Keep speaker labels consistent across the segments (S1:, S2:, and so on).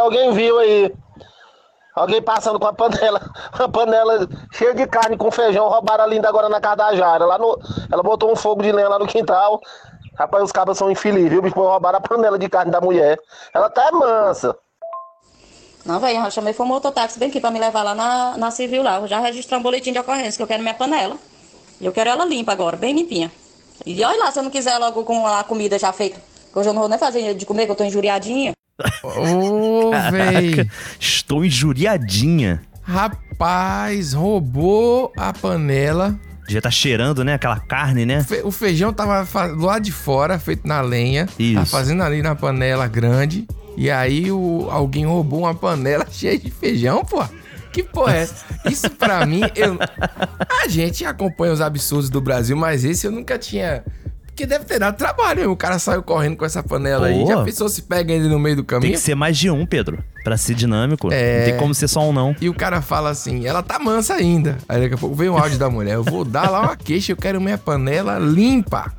S1: alguém viu aí. Alguém passando com a panela, uma panela cheia de carne com feijão, roubaram a linda agora na casa da Jara. Lá no, ela botou um fogo de lenha lá no quintal. Rapaz, os cabas são infelizes, viu? Bicho, roubaram a panela de carne da mulher. Ela tá é mansa.
S2: Não, velho, eu chamei foi um mototáxi bem aqui pra me levar lá na, na civil lá. Eu já registrei um boletim de ocorrência, que eu quero minha panela. E eu quero ela limpa agora, bem limpinha. E olha lá, se eu não quiser logo com a comida já feita. Que hoje eu não vou nem fazer de comer, que eu tô injuriadinha.
S3: Ô, véi.
S4: Caraca, estou injuriadinha.
S3: Rapaz, roubou a panela.
S4: Já tá cheirando, né? Aquela carne, né?
S3: Fe- O feijão tava fa- do lado de fora, feito na lenha. Tá
S4: Isso.
S3: fazendo ali na panela grande. E aí o, alguém roubou uma panela cheia de feijão, pô. Que porra é essa? Isso pra mim, eu- a gente acompanha os absurdos do Brasil, mas esse eu nunca tinha. Porque deve ter dado trabalho. hein? O cara saiu correndo com essa panela aí.
S4: Pô.
S3: Já pensou se pega ele no meio do
S4: Tem
S3: caminho?
S4: que ser mais de um, Pedro, pra ser dinâmico. Não tem como ser só um, não.
S3: E o cara fala assim, ela tá mansa ainda. Aí daqui a pouco vem o áudio da mulher. Eu vou dar lá uma queixa, eu quero minha panela limpa.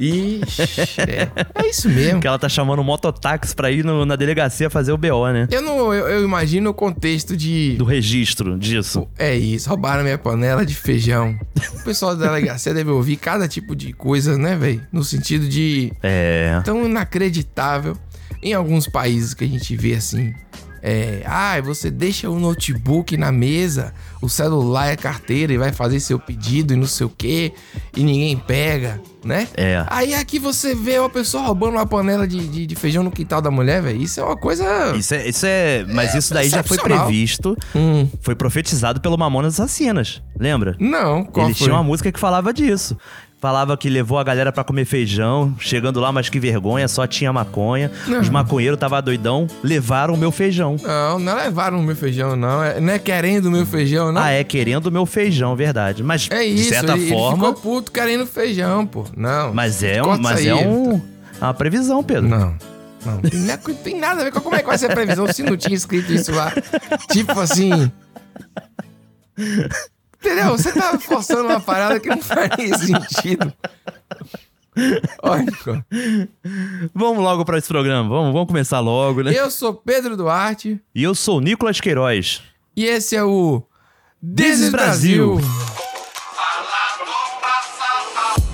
S3: Ixi, é, é isso mesmo.
S4: Porque ela tá chamando o mototáxi pra ir no- na delegacia fazer o BO, né?
S3: Eu não, eu, eu imagino o contexto de.
S4: Do registro disso.
S3: É isso, roubaram minha panela de feijão. O pessoal da delegacia deve ouvir cada tipo de coisa, né, velho? No sentido de
S4: É.
S3: tão inacreditável. Em alguns países que a gente vê assim, é, ah, você deixa o notebook na mesa, o celular e a carteira e vai fazer seu pedido e não sei o que, e ninguém pega, né?
S4: É.
S3: Aí aqui você vê uma pessoa roubando uma panela de, de- de feijão no quintal da mulher, velho. Isso é uma coisa.
S4: Isso é, isso é, mas isso daí já foi
S3: excepcional.
S4: previsto,
S3: Hum,
S4: foi profetizado pelo Mamonas Assassinas, lembra?
S3: não, qual
S4: Eles
S3: foi?
S4: tinham uma música que falava disso. Falava que levou a galera pra comer feijão, chegando lá, mas que vergonha, só tinha maconha. Os maconheiros tava doidão, levaram o meu feijão.
S3: Não, não é levaram o meu feijão, não. É- Não é querendo o meu feijão, não.
S4: Ah, é, querendo o meu feijão, verdade. Mas,
S3: É
S4: de
S3: isso,
S4: certa
S3: ele, ele
S4: forma.
S3: ficou puto querendo feijão, pô. Não.
S4: Mas é, um,
S3: Corta
S4: mas
S3: isso
S4: é
S3: aí,
S4: um, uma previsão, Pedro.
S3: Não. Não. Tem, na- tem nada a ver com como é que vai ser a previsão se não tinha escrito isso lá. Tipo assim. Entendeu? Você tá forçando uma parada que não faz sentido. Olha, Nico,
S4: Vamos logo pra esse programa, vamos, vamos começar logo, né?
S3: eu sou Pedro Duarte
S4: E eu sou o Nicolas Queiroz.
S3: e esse é o
S4: This is Brasil.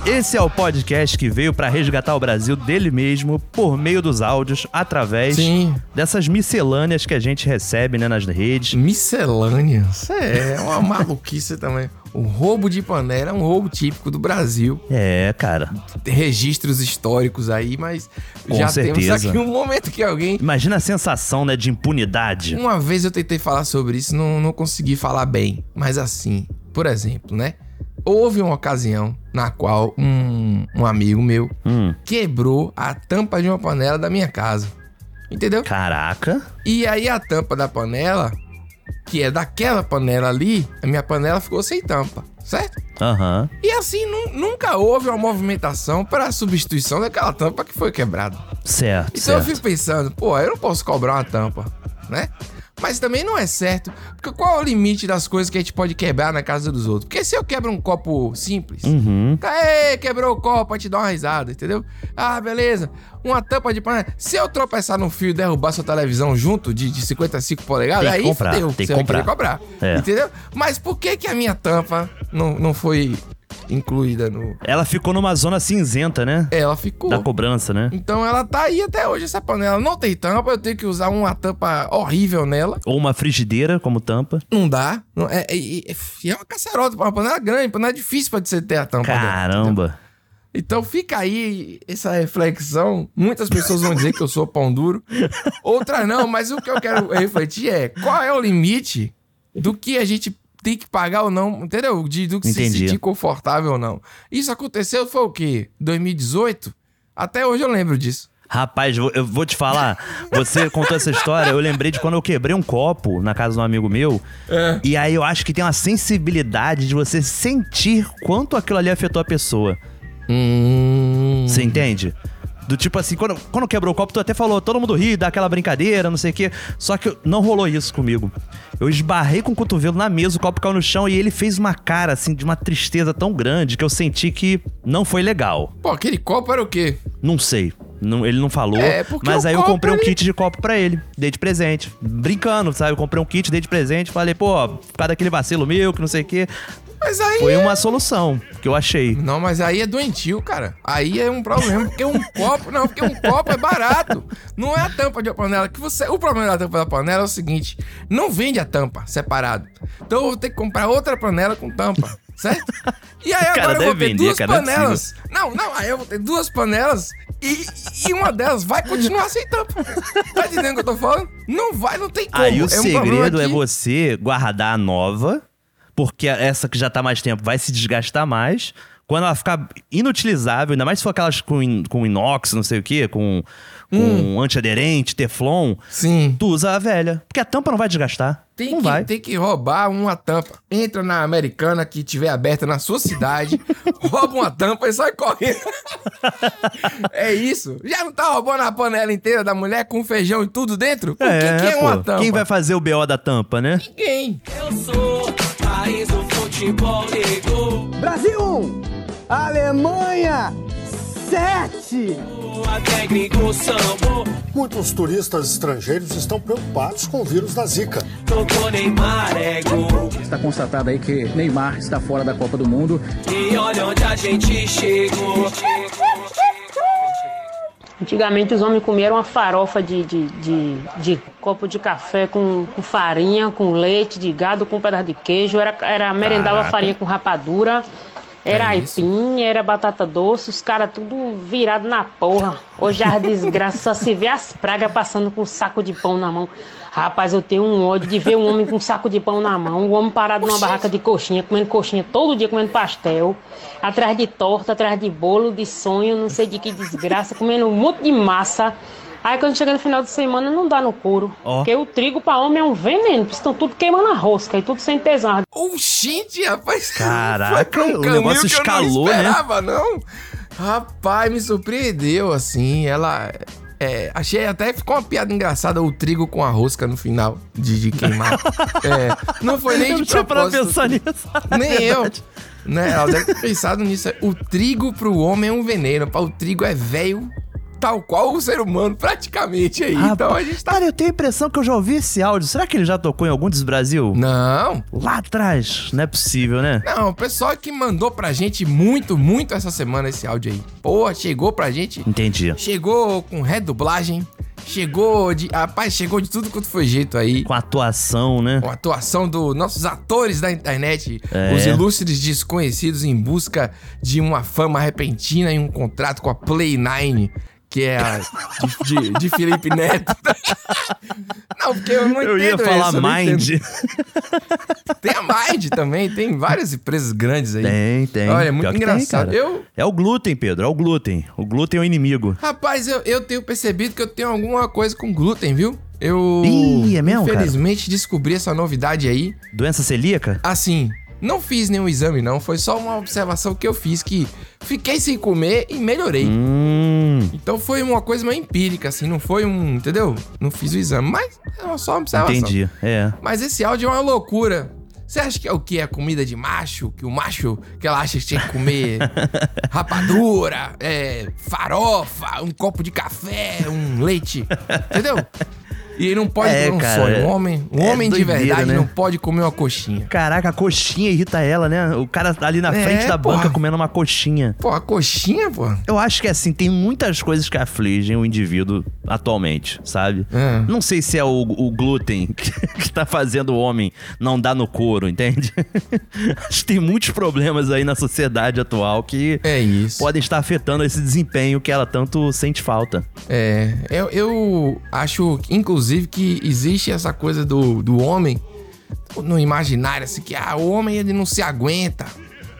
S4: Esse é o podcast que veio pra resgatar o Brasil dele mesmo por meio dos áudios, através
S3: Sim.
S4: dessas miscelâneas que a gente recebe né, nas redes.
S3: Miscelânea. Isso é uma maluquice também. O roubo de panela é um roubo típico do Brasil.
S4: É, cara.
S3: Tem registros históricos aí, mas
S4: Com
S3: já temos
S4: certeza.
S3: aqui um momento que alguém
S4: Imagina a sensação, né, de impunidade.
S3: Uma vez eu tentei falar sobre isso, não, não consegui falar bem. Mas assim, por exemplo, né? Houve uma ocasião na qual um, um amigo meu
S4: Hum,
S3: quebrou a tampa de uma panela da minha casa. Entendeu?
S4: caraca.
S3: E aí a tampa da panela, que é daquela panela ali, a minha panela ficou sem tampa, certo?
S4: Aham.
S3: E assim, nu- nunca houve uma movimentação para a substituição daquela tampa que foi quebrada.
S4: Certo,
S3: Então eu
S4: certo.
S3: fico pensando, pô, eu não posso cobrar uma tampa, né? Mas também não é certo, porque qual é o limite das coisas que a gente pode quebrar na casa dos outros? Porque se eu quebro um copo simples,
S4: Uhum.
S3: Aê, quebrou o copo, a te dar uma risada, entendeu? Ah, beleza. Uma tampa de panela. Se eu tropeçar num fio e derrubar sua televisão junto de, de 55 polegadas,
S4: Tem que
S3: aí
S4: comprar,
S3: fudeu.
S4: tem que
S3: você vai querer
S4: comprar.
S3: cobrar.
S4: É.
S3: Entendeu? Mas por que, que a minha tampa não, não foi incluída no.
S4: Ela ficou numa zona cinzenta, né?
S3: Ela ficou.
S4: Da cobrança, né?
S3: Então ela tá aí até hoje, essa panela. Não tem tampa, eu tenho que usar uma tampa horrível nela.
S4: Ou uma frigideira como tampa.
S3: Não dá. Não- é, é, é- é uma caçarota, uma panela grande, panela difícil pra você ter a tampa dela, entendeu?
S4: Caramba.
S3: Então fica aí essa reflexão. Muitas pessoas vão dizer que eu sou pão duro, outras não, mas o que eu quero refletir é qual é o limite do que a gente tem que pagar ou não, entendeu? De, do que se
S4: Entendi.
S3: sentir confortável ou não. Isso aconteceu foi o quê? 2018? Até hoje eu lembro disso.
S4: Rapaz, eu- eu vou te falar. Você contou essa história, eu lembrei de quando eu quebrei um copo na casa de um amigo meu.
S3: É.
S4: E aí eu acho que tem uma sensibilidade de você sentir quanto aquilo ali afetou a pessoa.
S3: Hum.
S4: Você entende? Do tipo assim, quando, quando quebrou o copo, tu até falou, todo mundo ri, dá aquela brincadeira, não sei o quê. Só que eu- não rolou isso comigo. Eu esbarrei com o cotovelo na mesa, o copo caiu no chão e ele fez uma cara, assim, de uma tristeza tão grande que eu senti que não foi legal.
S3: Pô, aquele copo era o quê?
S4: Não sei. Não, ele não falou,
S3: É, porque
S4: mas
S3: o
S4: aí eu
S3: copo,
S4: comprei um
S3: ele-
S4: kit de copo pra ele, dei de presente. Brincando, sabe? Eu comprei um kit, dei de presente, falei, pô, por causa daquele vacilo meu, que não sei o quê.
S3: Mas aí.
S4: Foi um-
S3: é-
S4: uma solução que eu achei.
S3: Não, mas aí é doentio, cara. Aí é um problema, porque um copo. Não, porque um copo é barato. Não é a tampa de uma panela. Que você, o problema da tampa da panela é o seguinte: não vende a tampa separado. Então eu vou ter que comprar outra panela com tampa. Certo? E aí
S4: Cara,
S3: agora eu
S4: deve
S3: vou ter
S4: vender,
S3: duas
S4: cara, não é
S3: panelas. Não, não, aí eu vou ter duas panelas e, e uma delas vai continuar sem tampa. Tá entendendo o que eu tô falando? Não vai, não tem como.
S4: Aí o
S3: um problema
S4: segredo é
S3: que-
S4: você guardar a nova, porque essa que já tá mais tempo vai se desgastar mais. Quando ela ficar inutilizável, ainda mais se for aquelas com, in- com inox, não sei o quê, com, com antiaderente, teflon,
S3: Hum. Sim.
S4: tu usa a velha. Porque a tampa não vai desgastar.
S3: Tem
S4: não
S3: que,
S4: vai.
S3: tem que roubar uma tampa. Entra na americana que tiver aberta na sua cidade, rouba uma tampa e sai correndo. é isso. Já não tá roubando a panela inteira da mulher com feijão e tudo dentro? Por que, que é
S4: pô.
S3: uma tampa?
S4: Quem vai fazer o BO da tampa, né?
S3: Ninguém.
S5: Eu sou país do futebol de gol.
S6: Brasil 1, Alemanha 7.
S5: A técnico sambou,
S7: Muitos turistas estrangeiros estão preocupados com o vírus da Zika.
S5: tocou Neymar é gol.
S8: Está constatado aí que Neymar está fora da Copa do Mundo.
S5: E olha onde a gente chegou.
S9: Antigamente os homens comiam uma farofa de, de, de, de copo de café com, com farinha, com leite de gado, com um pedaço de queijo. Era, era merendava
S4: Caraca.
S9: farinha com rapadura, era
S3: É isso.
S9: aipim, era batata doce, os caras tudo virado na porra. Hoje as desgraças só se vê as pragas passando com um saco de pão na mão. Rapaz, eu tenho um ódio de ver um homem com um saco de pão na mão, um homem parado numa barraca de coxinha, comendo coxinha todo dia, comendo pastel, atrás de torta, atrás de bolo, de sonho, não sei de que desgraça, comendo um monte de massa. Aí quando chega no final de semana não dá no couro.
S4: Ó.
S9: Porque o trigo pra homem é um veneno, porque estão tudo queimando a rosca e tudo sem tesão.
S3: Oxente, rapaz.
S4: Caraca,
S3: pra um
S4: o negócio escalou,
S3: eu
S4: né?
S3: não esperava, não. Rapaz, me surpreendeu, assim. Ela... é, achei até que ficou uma piada engraçada o trigo com a rosca no final de, de queimar. É, não foi nem
S4: eu
S3: de
S4: não tinha pra
S3: propósito.
S4: pensar é nisso.
S3: Nem eu. Né? Ela deve ter pensado nisso. O trigo pro homem é um veneno. pá, O trigo é velho, tal qual o ser humano, praticamente aí. então a gente tá.
S4: Cara, eu tenho a impressão que eu já ouvi esse áudio. Será que ele já tocou em algum dos Brasil?
S3: Não,
S4: Lá atrás. Não é possível, né?
S3: não, o pessoal que mandou pra gente muito, muito essa semana esse áudio aí. Pô, chegou pra gente.
S4: Entendi.
S3: Chegou com redublagem. Chegou de. Rapaz, chegou de tudo quanto foi jeito aí.
S4: Com a atuação, né?
S3: Com a atuação dos nossos atores da internet,
S4: É.
S3: os ilustres desconhecidos em busca de uma fama repentina e um contrato com a Play 9, que é a de, de- de Felipe Neto. Não, porque eu não
S4: Eu
S3: entendo
S4: ia
S3: isso,
S4: falar
S3: eu não entendo.
S4: Mind.
S3: Tem a Mind também, tem várias empresas grandes aí.
S4: Tem, tem.
S3: Olha, é muito
S4: Pior que tem,
S3: engraçado.
S4: cara.
S3: eu,
S4: É o glúten, Pedro. É o glúten. O glúten é o inimigo.
S3: Rapaz, eu, eu tenho percebido que eu tenho alguma coisa com glúten, viu? Eu
S4: Ih, é mesmo, cara?
S3: infelizmente descobri essa novidade aí.
S4: Doença celíaca?
S3: Assim, não fiz nenhum exame não, foi só uma observação que eu fiz que fiquei sem comer e melhorei.
S4: Hum.
S3: Então foi uma coisa meio empírica assim, não foi um, entendeu? Não fiz o exame, mas é só uma observação.
S4: Entendi. É.
S3: Mas esse áudio é uma loucura. Você acha que é o que? É comida de macho? Que o macho que ela acha que tinha que comer rapadura, é, farofa, um copo de café, um leite. Entendeu? E não pode
S4: É,
S3: ter um
S4: cara,
S3: sonho. Um homem, um
S4: é
S3: homem de
S4: doideira,
S3: verdade
S4: né?
S3: não pode comer uma coxinha.
S4: Caraca, a coxinha irrita ela, né? O cara ali na
S3: É,
S4: frente da
S3: porra.
S4: banca comendo uma coxinha.
S3: Pô, a coxinha, pô.
S4: Eu acho que assim, tem muitas coisas que afligem o indivíduo atualmente, sabe?
S3: É.
S4: Não sei se é o, o glúten que, que tá fazendo o homem não dar no couro, entende? Acho que tem muitos problemas aí na sociedade atual que
S3: É isso.
S4: podem estar afetando esse desempenho que ela tanto sente falta.
S3: É, eu, eu acho, inclusive, que existe essa coisa do, do homem no imaginário, assim, que ah, o homem ele não se aguenta,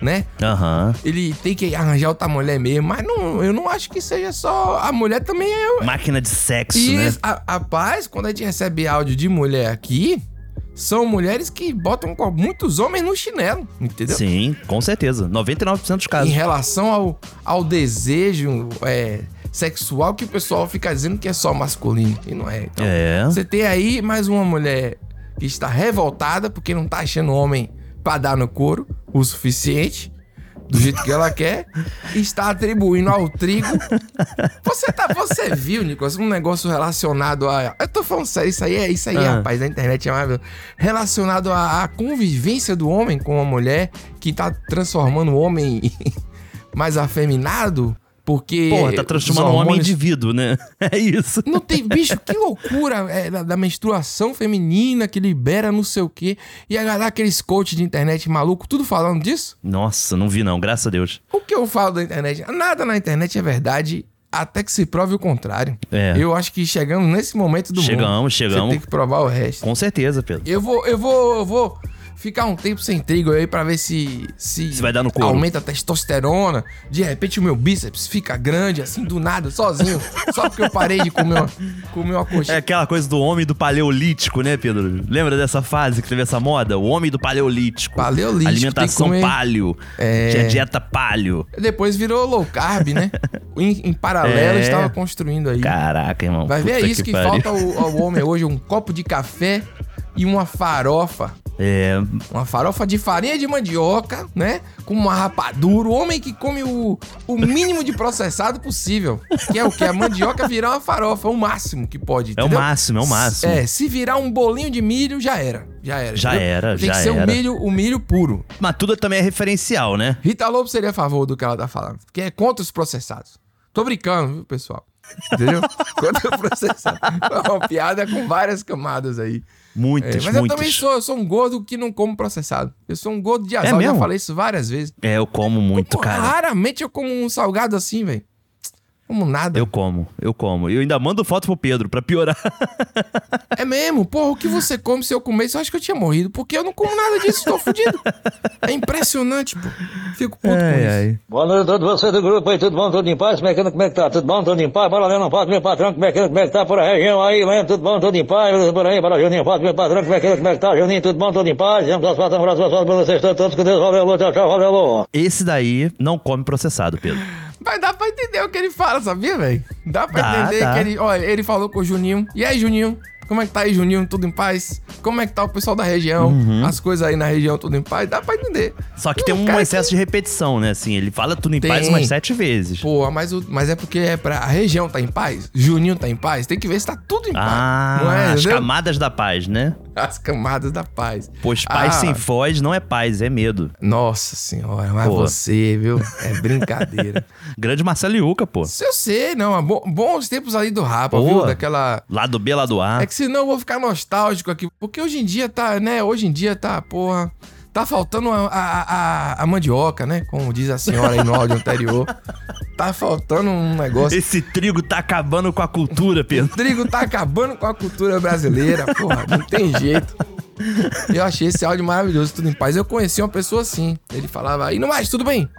S3: né?
S4: Aham.
S3: ele tem que arranjar outra mulher mesmo. Mas não, eu não acho que seja só. A mulher também é.
S4: Máquina de sexo,
S3: E
S4: né?
S3: a, rapaz, quando a gente recebe áudio de mulher aqui, são mulheres que botam com muitos homens no chinelo, entendeu?
S4: Sim, com certeza. 99% dos
S3: Em
S4: casos.
S3: relação ao, ao desejo é, sexual que o pessoal fica dizendo que é só masculino. E não é. Então,
S4: É.
S3: Você tem aí mais uma mulher que está revoltada porque não tá achando homem pra dar no couro o suficiente. do jeito que ela quer, e está atribuindo ao trigo. Você, tá, você viu, Nicolas, um negócio relacionado a. Eu tô falando sério, isso aí é isso aí,
S4: Ah.
S3: rapaz, na internet é maravilhoso. Relacionado à, à convivência do homem com a mulher, que tá transformando o homem mais afeminado, porque.
S4: Porra, tá transformando
S3: os
S4: um homem em
S3: hormônios-
S4: indivíduo, né? É isso.
S3: não tem, bicho, que loucura é, da, da menstruação feminina que libera não sei o quê. E a galera, aqueles coach de internet maluco, tudo falando disso.
S4: Nossa, não vi não, graças a Deus.
S3: O que eu falo da internet? Nada na internet é verdade até que se prove o contrário.
S4: É.
S3: Eu acho que chegamos nesse momento do
S4: Chegamos,
S3: mundo.
S4: chegamos.
S3: Você tem que provar o resto.
S4: Com certeza, Pedro.
S3: Eu vou, eu vou, eu vou ficar um tempo sem trigo aí pra ver se se,
S4: Se vai dar no couro.
S3: aumenta a testosterona. De repente o meu bíceps fica grande assim do nada, sozinho, só porque eu parei de comer uma, comer uma coxinha.
S4: É aquela coisa do homem do paleolítico, né, Pedro? Lembra dessa fase que teve essa moda? O homem do paleolítico.
S3: Paleolítico,
S4: Alimentação
S3: tem que comer-
S4: paleo.
S3: É.
S4: Tinha dieta paleo.
S3: Depois virou low carb, né? Em, em paralelo
S4: É.
S3: estava construindo aí.
S4: Caraca, irmão.
S3: Vai ver é
S4: Puta
S3: isso que,
S4: pariu.
S3: falta ao, ao homem hoje, um copo de café e uma farofa.
S4: É,
S3: Uma farofa de farinha de mandioca, né? Com uma rapadura. O homem que come o, o mínimo de processado possível. Que é o que? A mandioca virar uma farofa. É o máximo que pode.
S4: É o
S3: entendeu?
S4: máximo, é o máximo.
S3: É, se virar um bolinho de milho, já era. Já era.
S4: Já era,
S3: Tem
S4: já
S3: que ser o
S4: era.
S3: milho, o milho puro.
S4: mas tudo também é referencial, né?
S3: Rita Lobo seria a favor do que ela tá falando, porque é contra os processados. Tô brincando, viu, pessoal? Entendeu? contra os processados. É uma piada com várias camadas aí. É,
S4: Muitas,
S3: mas eu
S4: muitas.
S3: também sou, eu sou um gordo que não como processado. Eu sou um gordo de azar, eu já
S4: É mesmo?
S3: falei isso várias vezes.
S4: É, eu como muito,
S3: Pô,
S4: cara.
S3: Raramente eu como um salgado assim, velho. Como nada.
S4: Eu como, eu como. E eu ainda mando foto pro Pedro pra piorar.
S3: É mesmo, porra, o que você come se eu comesse? Eu acho que eu tinha morrido, porque eu não como nada disso, tô fudido. É impressionante, pô. Fico puto com isso.
S10: Boa noite a todos vocês do grupo aí, tudo bom, tudo em paz? Como é que anda, como é que tá? Tudo bom, tudo em paz? Bora lá, não pode, meu patrão, como é que anda, como é que tá por aí, região aí, Lembra, tudo bom, tudo em paz? Por aí, bora, Juninho, pode, meu patrão, como é que anda, como é que tá? Juninho, tudo bom, tudo em paz? Vamos às passas, um abraço, um abraço pra vocês todos, todos com Deus, valeu, alô, tchau, tchau, valeu, alô.
S4: Esse daí não come processado, Pedro.
S3: Mas dá pra entender o que ele fala, sabia, velho? Dá pra
S4: Dá,
S3: entender
S4: dá.
S3: que ele. Olha, ele falou com o Juninho. E aí, Juninho? Como é que tá aí, Juninho? Tudo em paz? Como é que tá o pessoal da região? As coisas aí na região, tudo em paz? Dá pra entender.
S4: Uhum. Só que tem
S3: Não,
S4: um
S3: cara, é
S4: excesso de repetição, né? Assim, ele fala tudo em
S3: Tem.
S4: paz umas sete vezes.
S3: Pô, mas, o- mas é porque é pra. A região tá em paz? Juninho tá em paz? Tem que ver se tá tudo em paz.
S4: Ah,
S3: não é?
S4: as
S3: entendeu?
S4: camadas da paz, né?
S3: As camadas da paz.
S4: Pois paz
S3: Ah,
S4: sem foz não é paz, é medo.
S3: Nossa senhora, mas
S4: Pô.
S3: você, viu? É brincadeira.
S4: Grande Marcelo Iuca, pô.
S3: Se eu sei, não. é bo- Bons tempos ali do Rapa,
S4: Pô.
S3: viu? Daquela.
S4: Lado B, lado A.
S3: É que senão eu vou ficar nostálgico aqui. Porque hoje em dia tá, né? Hoje em dia tá, porra. Tá faltando a, a, a- a mandioca, né? Como diz a senhora aí no áudio anterior. Tá faltando um negócio.
S4: Esse trigo tá acabando com a cultura, Pedro.
S3: O trigo tá acabando com a cultura brasileira, porra. Não tem jeito. Eu achei esse áudio maravilhoso, tudo em paz. Eu conheci uma pessoa assim. Ele falava, e no mais, tudo bem?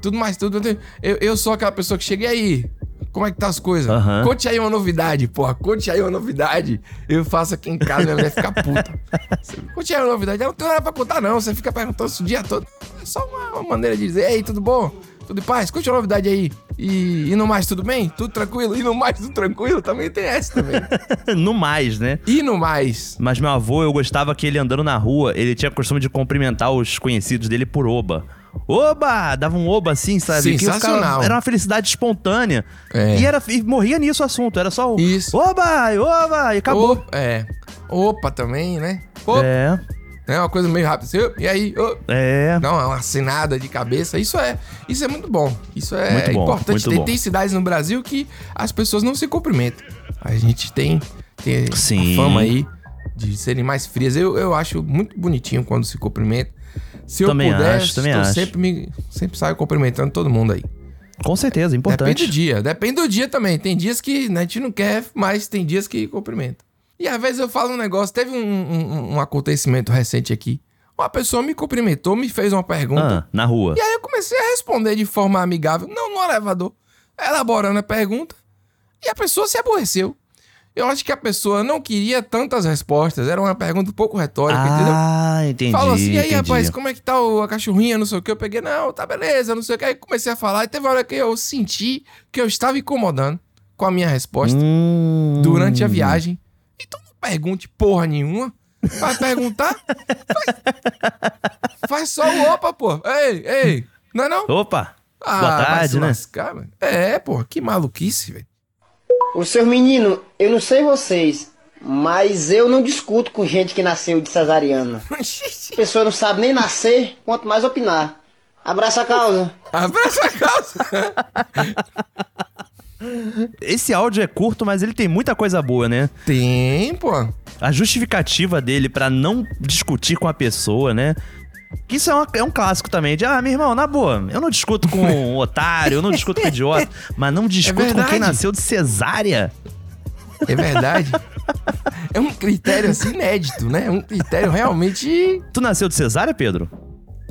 S3: Tudo mais, tudo bem. Eu, eu sou aquela pessoa que chega e aí. Como é que tá as coisas?
S4: Aham.
S3: Conte aí uma novidade, porra. Conte aí uma novidade. Eu faço aqui em casa, minha mulher fica puta. Conte aí uma novidade. Eu não tenho nada pra contar, não. Você fica perguntando isso o dia todo. É só uma, uma maneira de dizer, ei, tudo bom? Tudo em paz? Conte uma novidade aí. E, e no mais, tudo bem? Tudo tranquilo? E no mais, tudo tranquilo? Também tem essa também.
S4: no mais, né?
S3: E no mais?
S4: Mas meu avô, eu gostava que ele andando na rua, ele tinha o costume de cumprimentar os conhecidos dele por oba. Oba! Dava um oba assim, sabe? Que eu ficava-
S3: Sensacional.
S4: era uma felicidade espontânea.
S3: É.
S4: E, era, e morria nisso o assunto. Era só o
S3: Isso.
S4: oba, oba, e acabou.
S3: Opa, é. Opa também, né? Opa. É.
S4: É,
S3: uma coisa meio rápida. assim, E aí? Opa.
S4: é.
S3: Não, é uma assinada de cabeça. Isso é, isso é muito bom. Isso é
S4: Muito bom,
S3: importante.
S4: muito
S3: tem,
S4: bom.
S3: tem cidades no Brasil que as pessoas não se cumprimentam. A gente tem, tem
S4: Sim.
S3: a fama aí de serem mais frias. Eu, eu acho muito bonitinho quando se cumprimenta. Se
S4: Também
S3: eu puder,
S4: acho, também
S3: eu
S4: acho.
S3: sempre me sempre saio cumprimentando todo mundo aí.
S4: Com certeza,
S3: Depende do
S4: importante.
S3: dia, depende do dia também. Tem dias que né, a gente não quer, mas tem dias que cumprimenta. E às vezes eu falo um negócio, teve um, um- um acontecimento recente aqui. Uma pessoa me cumprimentou, me fez uma pergunta.
S4: Ah, na rua.
S3: E aí eu comecei a responder de forma amigável, não no elevador, elaborando a pergunta. E a pessoa se aborreceu. Eu acho que a pessoa não queria tantas respostas, era uma pergunta um pouco retórica, entendeu?
S4: Ah, entendi.
S3: Falou assim, e aí,
S4: entendi.
S3: rapaz, como é que tá o- a cachorrinha, não sei o que. Eu peguei, não, tá beleza, não sei o que. Aí comecei a falar e teve uma hora que eu senti que eu estava incomodando com a minha resposta
S4: Hum.
S3: é tá?" durante a viagem. Então não pergunte porra nenhuma. Vai perguntar? faz, faz só o opa, pô. Ei, ei. Não é não?
S4: Opa!
S3: Ah,
S4: Boa
S3: vai se
S4: tarde, né?
S3: lascar, velho. É, porra, que maluquice, velho.
S11: Ô seu menino, eu não sei vocês, mas eu não discuto com gente que nasceu de cesariana.
S3: A
S11: pessoa não sabe nem nascer, quanto mais opinar. Abraça a causa.
S3: Abraça a causa.
S4: Esse áudio é curto, mas ele tem muita coisa boa, né?
S3: Tem, pô.
S4: A justificativa dele pra não discutir com a pessoa, né? Que isso é, uma- é um clássico também, de ah, meu irmão, na boa, eu não discuto com um otário, eu não discuto com idiota, mas não discuto com
S3: É verdade.
S4: quem nasceu de cesárea.
S3: É verdade. É um critério assim inédito, né? É um critério realmente.
S4: Tu nasceu de cesárea, Pedro?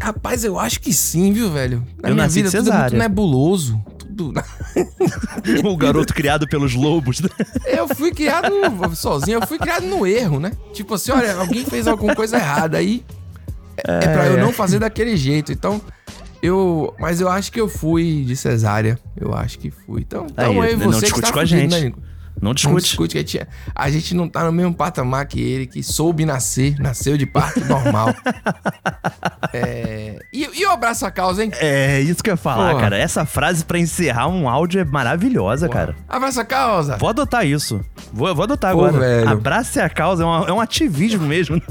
S3: Rapaz, eu acho que sim, viu, velho?
S4: Eu nasci de
S3: tudo é muito
S4: cesárea.
S3: nebuloso. Tudo...
S4: O garoto criado pelos lobos. né?
S3: Eu fui criado sozinho, eu fui criado no erro, né? Tipo assim, olha, alguém fez alguma coisa errada aí. É, é pra eu
S4: É.
S3: não fazer daquele jeito. Então, eu. Mas eu acho que eu fui de cesárea. Eu acho que fui. Então,
S4: Aí,
S3: então aí,
S4: não
S3: você que
S4: discute
S3: tá
S4: com a
S3: fudido,
S4: gente.
S3: né, Nico?
S4: Não discute.
S3: Não discute que a gente, é, a gente não tá no mesmo patamar que ele, que soube nascer, nasceu de parto normal. é, e, e o abraço à causa, hein?
S4: É isso que eu ia falar,
S3: Porra.
S4: cara. Essa frase pra encerrar um áudio é maravilhosa, cara.
S3: Abraço à causa.
S4: Vou adotar isso. Vou, vou adotar
S3: Pô,
S4: agora.
S3: velho.
S4: Abrace a causa, é, uma- é um ativismo mesmo.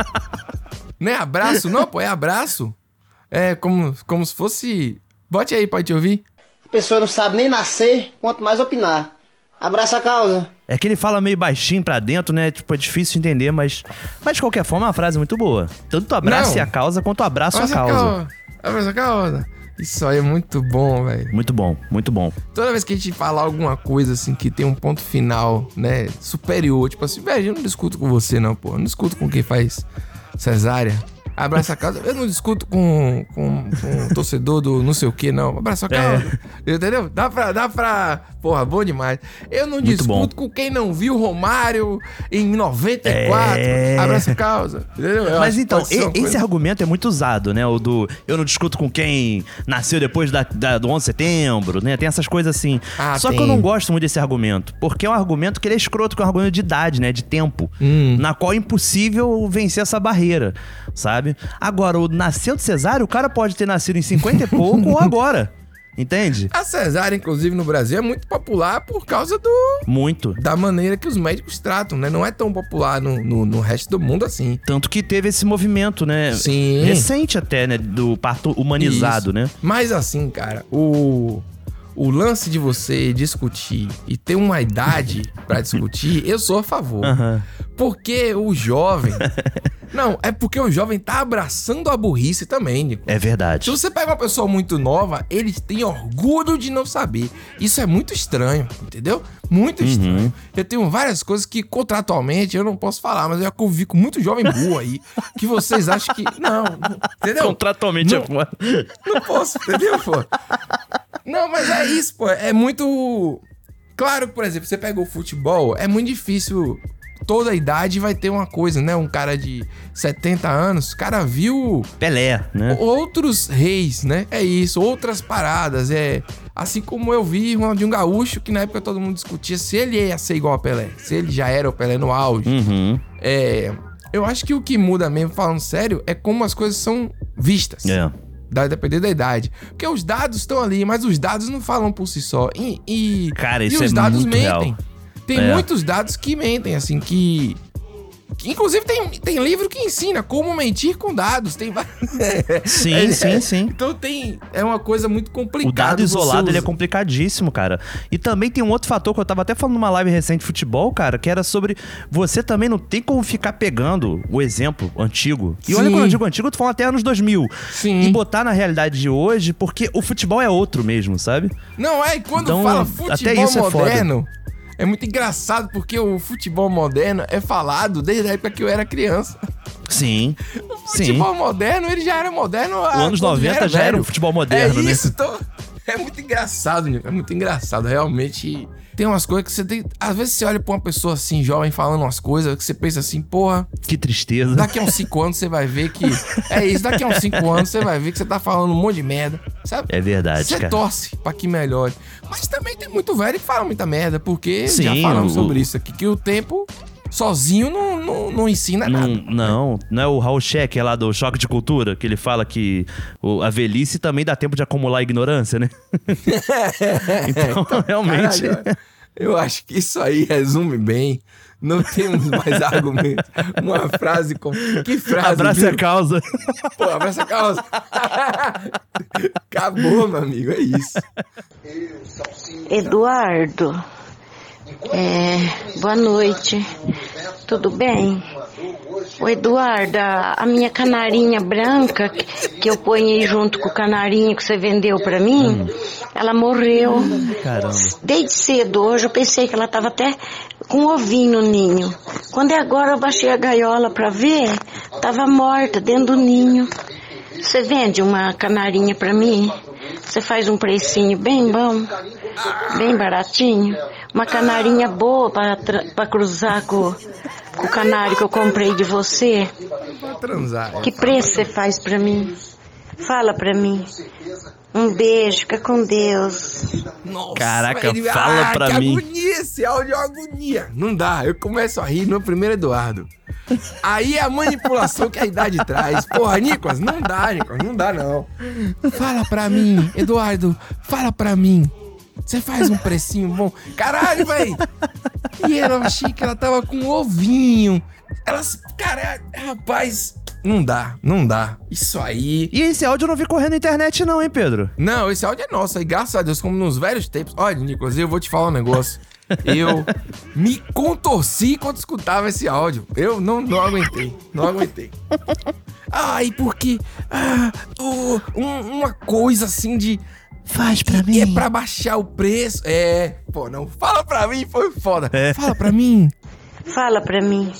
S3: Não é abraço, não, pô, é abraço. É como, como se fosse. Bote aí, pode te ouvir.
S11: A pessoa não sabe nem nascer, quanto mais opinar. Abraça a causa.
S4: É que ele fala meio baixinho pra dentro, né? Tipo, é difícil de entender, mas. Mas de qualquer forma, é uma frase muito boa. Tanto abrace
S3: Não.
S4: a causa quanto abraço a
S3: Abraço à
S4: causa.
S3: Abraço à causa. Isso aí é muito bom, velho.
S4: Muito bom, muito bom.
S3: Toda vez que a gente falar alguma coisa assim que tem um ponto final, né, superior, tipo assim, velho, eu não discuto com você não, pô. Eu não discuto com quem faz cesárea. Abraça a causa. Eu não discuto com, com, com o torcedor do não sei o que, não. Abraça a
S4: É.
S3: causa. Entendeu? Dá pra, dá pra. Porra, bom demais. Eu não
S4: Muito
S3: discuto com quem não viu Romário em 94.
S4: É.
S3: Abraça a causa. Entendeu? Eu acho
S4: Mas
S3: que
S4: então,
S3: pode
S4: e-
S3: ser uma
S4: esse
S3: coisa-
S4: argumento é muito usado, né? O do eu não discuto com quem nasceu depois da, da- do 11 de setembro, né? Tem essas coisas assim.
S3: Ah,
S4: Só que eu
S3: tem.
S4: não gosto muito desse argumento, porque é um argumento que ele é escroto, que é um argumento de idade, né? De tempo.
S3: Hum.
S4: Na qual é impossível vencer essa barreira, sabe? Agora, o nasceu de cesárea, o cara pode ter nascido em 50 e pouco ou agora. Entende?
S3: A cesárea, inclusive, no Brasil é muito popular por causa do,
S4: Muito.
S3: da maneira que os médicos tratam, né? Não é tão popular no, no, no resto do mundo assim.
S4: Tanto que teve esse movimento, né?
S3: Sim.
S4: Recente até, né? Do parto humanizado,
S3: Isso.
S4: né?
S3: Mas assim, cara, o, o lance de você discutir e ter uma idade pra discutir, eu sou a favor.
S4: Aham.
S3: Porque o jovem. Não, é porque o jovem tá abraçando a burrice também, Nico.
S4: É verdade.
S3: Se você pega uma pessoa muito nova, eles têm orgulho de não saber. Isso é muito estranho, entendeu? Muito estranho. Eu tenho várias coisas que contratualmente eu não posso falar, mas eu já convivi com muito jovem burro aí, que vocês acham que. Não, entendeu?
S4: Contratualmente
S3: Não.
S4: é foda.
S3: Não posso, entendeu, pô? Não, mas é isso, pô. É muito. Claro que, por exemplo, você pega o futebol, é muito difícil. Toda idade vai ter uma coisa, né? Um cara de 70 anos, o cara viu
S4: Pelé, né?
S3: outros reis, né? É isso, outras paradas. É assim como eu vi de um gaúcho que na época todo mundo discutia se ele ia ser igual a Pelé, se ele já era o Pelé no auge.
S4: Uhum.
S3: É, eu acho que o que muda mesmo, falando sério, é como as coisas são vistas.
S4: É.
S3: Dá depender da idade. Porque os dados estão ali, mas os dados não falam por si só. E, e-
S4: Cara,
S3: e
S4: isso
S3: os
S4: é
S3: dados
S4: muito
S3: mentem.
S4: real.
S3: Tem
S4: É.
S3: muitos dados que mentem, assim, que. que, inclusive tem, tem livro que ensina como mentir com dados. Tem va-
S4: Sim,
S3: É,
S4: sim, sim.
S3: Então tem. É uma coisa muito complicada.
S4: O dado
S3: você
S4: isolado
S3: usa.
S4: ele é complicadíssimo, cara. E também tem um outro fator que eu tava até falando numa live recente de futebol, cara, que era sobre você também não tem como ficar pegando o exemplo antigo. E olha
S3: Sim.
S4: quando eu digo antigo, eu tô falando até anos 2000.
S3: Sim.
S4: E botar na realidade de hoje, porque o futebol é outro mesmo, sabe?
S3: Não, é, e quando
S4: Então,
S3: fala
S4: até
S3: futebol
S4: isso é foda.
S3: moderno, é, muito engraçado porque o futebol moderno é falado desde a época que eu era criança.
S4: Sim.
S3: O
S4: Sim.
S3: futebol moderno, ele já era moderno há
S4: Os anos
S3: quando
S4: 90 já era
S3: velho.
S4: o futebol moderno,
S3: é
S4: né?
S3: isso, então, é muito engraçado, Nico, é muito engraçado, realmente. Tem umas coisas que você tem, às vezes você olha pra uma pessoa assim, jovem, falando umas coisas, que você pensa assim, porra,
S4: Que tristeza.
S3: daqui a uns 5 anos você vai ver que, é isso, daqui a uns 5 anos você vai ver que você tá falando um monte de merda, sabe?
S4: É verdade,
S3: Você
S4: cara.
S3: torce pra que melhore. Mas também tem muito velho que fala muita merda, porque já
S4: Sim,
S3: falamos
S4: o-
S3: sobre isso aqui, que o tempo Sozinho não, não, não ensina
S4: Não,
S3: nada.
S4: não, não é o Raul Scheck lá do Choque de Cultura, que ele fala que o- a velhice também dá tempo de acumular ignorância, né? então, realmente.
S3: Caralho, eu acho que isso aí resume bem. Não temos mais argumentos. Uma frase com. Que frase?
S4: Abraça
S3: viu?
S4: a causa.
S3: Pô, abraça a causa. Acabou, meu amigo. É isso.
S12: Eduardo, é, boa noite, tudo bem? Ô Eduardo, a a minha canarinha branca, que que eu ponhei junto com o canarinho que você vendeu pra mim, ela morreu.
S4: Caramba.
S12: Desde cedo, hoje eu pensei que ela estava até com um ovinho no ninho. Quando é agora eu baixei a gaiola pra ver, estava morta dentro do ninho. Você vende uma canarinha pra mim? Você faz um precinho bem bom, bem baratinho. Uma canarinha boa pra tra- pra cruzar com, com o canário que eu comprei de você.
S3: Transar.
S12: Que preço você faz pra mim? Fala pra mim. Um beijo, fica com Deus.
S4: Caraca, fala
S3: ah,
S4: pra
S3: que
S4: mim.
S3: agonia esse áudio, é uma agonia. Não dá, eu começo a rir no primeiro Eduardo. Aí a manipulação que a idade traz. Porra, Nicolas, não dá, Nicolas, não dá não. Fala pra mim, Eduardo, fala pra mim. Você faz um precinho bom. Caralho, véi. E eu achei que ela tava com um ovinho. Elas, caralho, rapaz, não dá, não dá. Isso aí.
S4: E esse áudio eu não vi correndo na internet, não, hein, Pedro?
S3: Não, esse áudio é nosso. E graças a Deus, como nos velhos tempos. Olha, Nicolas, eu vou te falar um negócio. Eu me contorci enquanto escutava esse áudio. Eu não, não aguentei. Não aguentei. Ai, porque. Ah, o- um- uma coisa assim de. Faz pra mim. É pra baixar o preço. É. Pô, não. Fala pra mim, foi foda. Fala pra mim.
S12: Fala pra mim.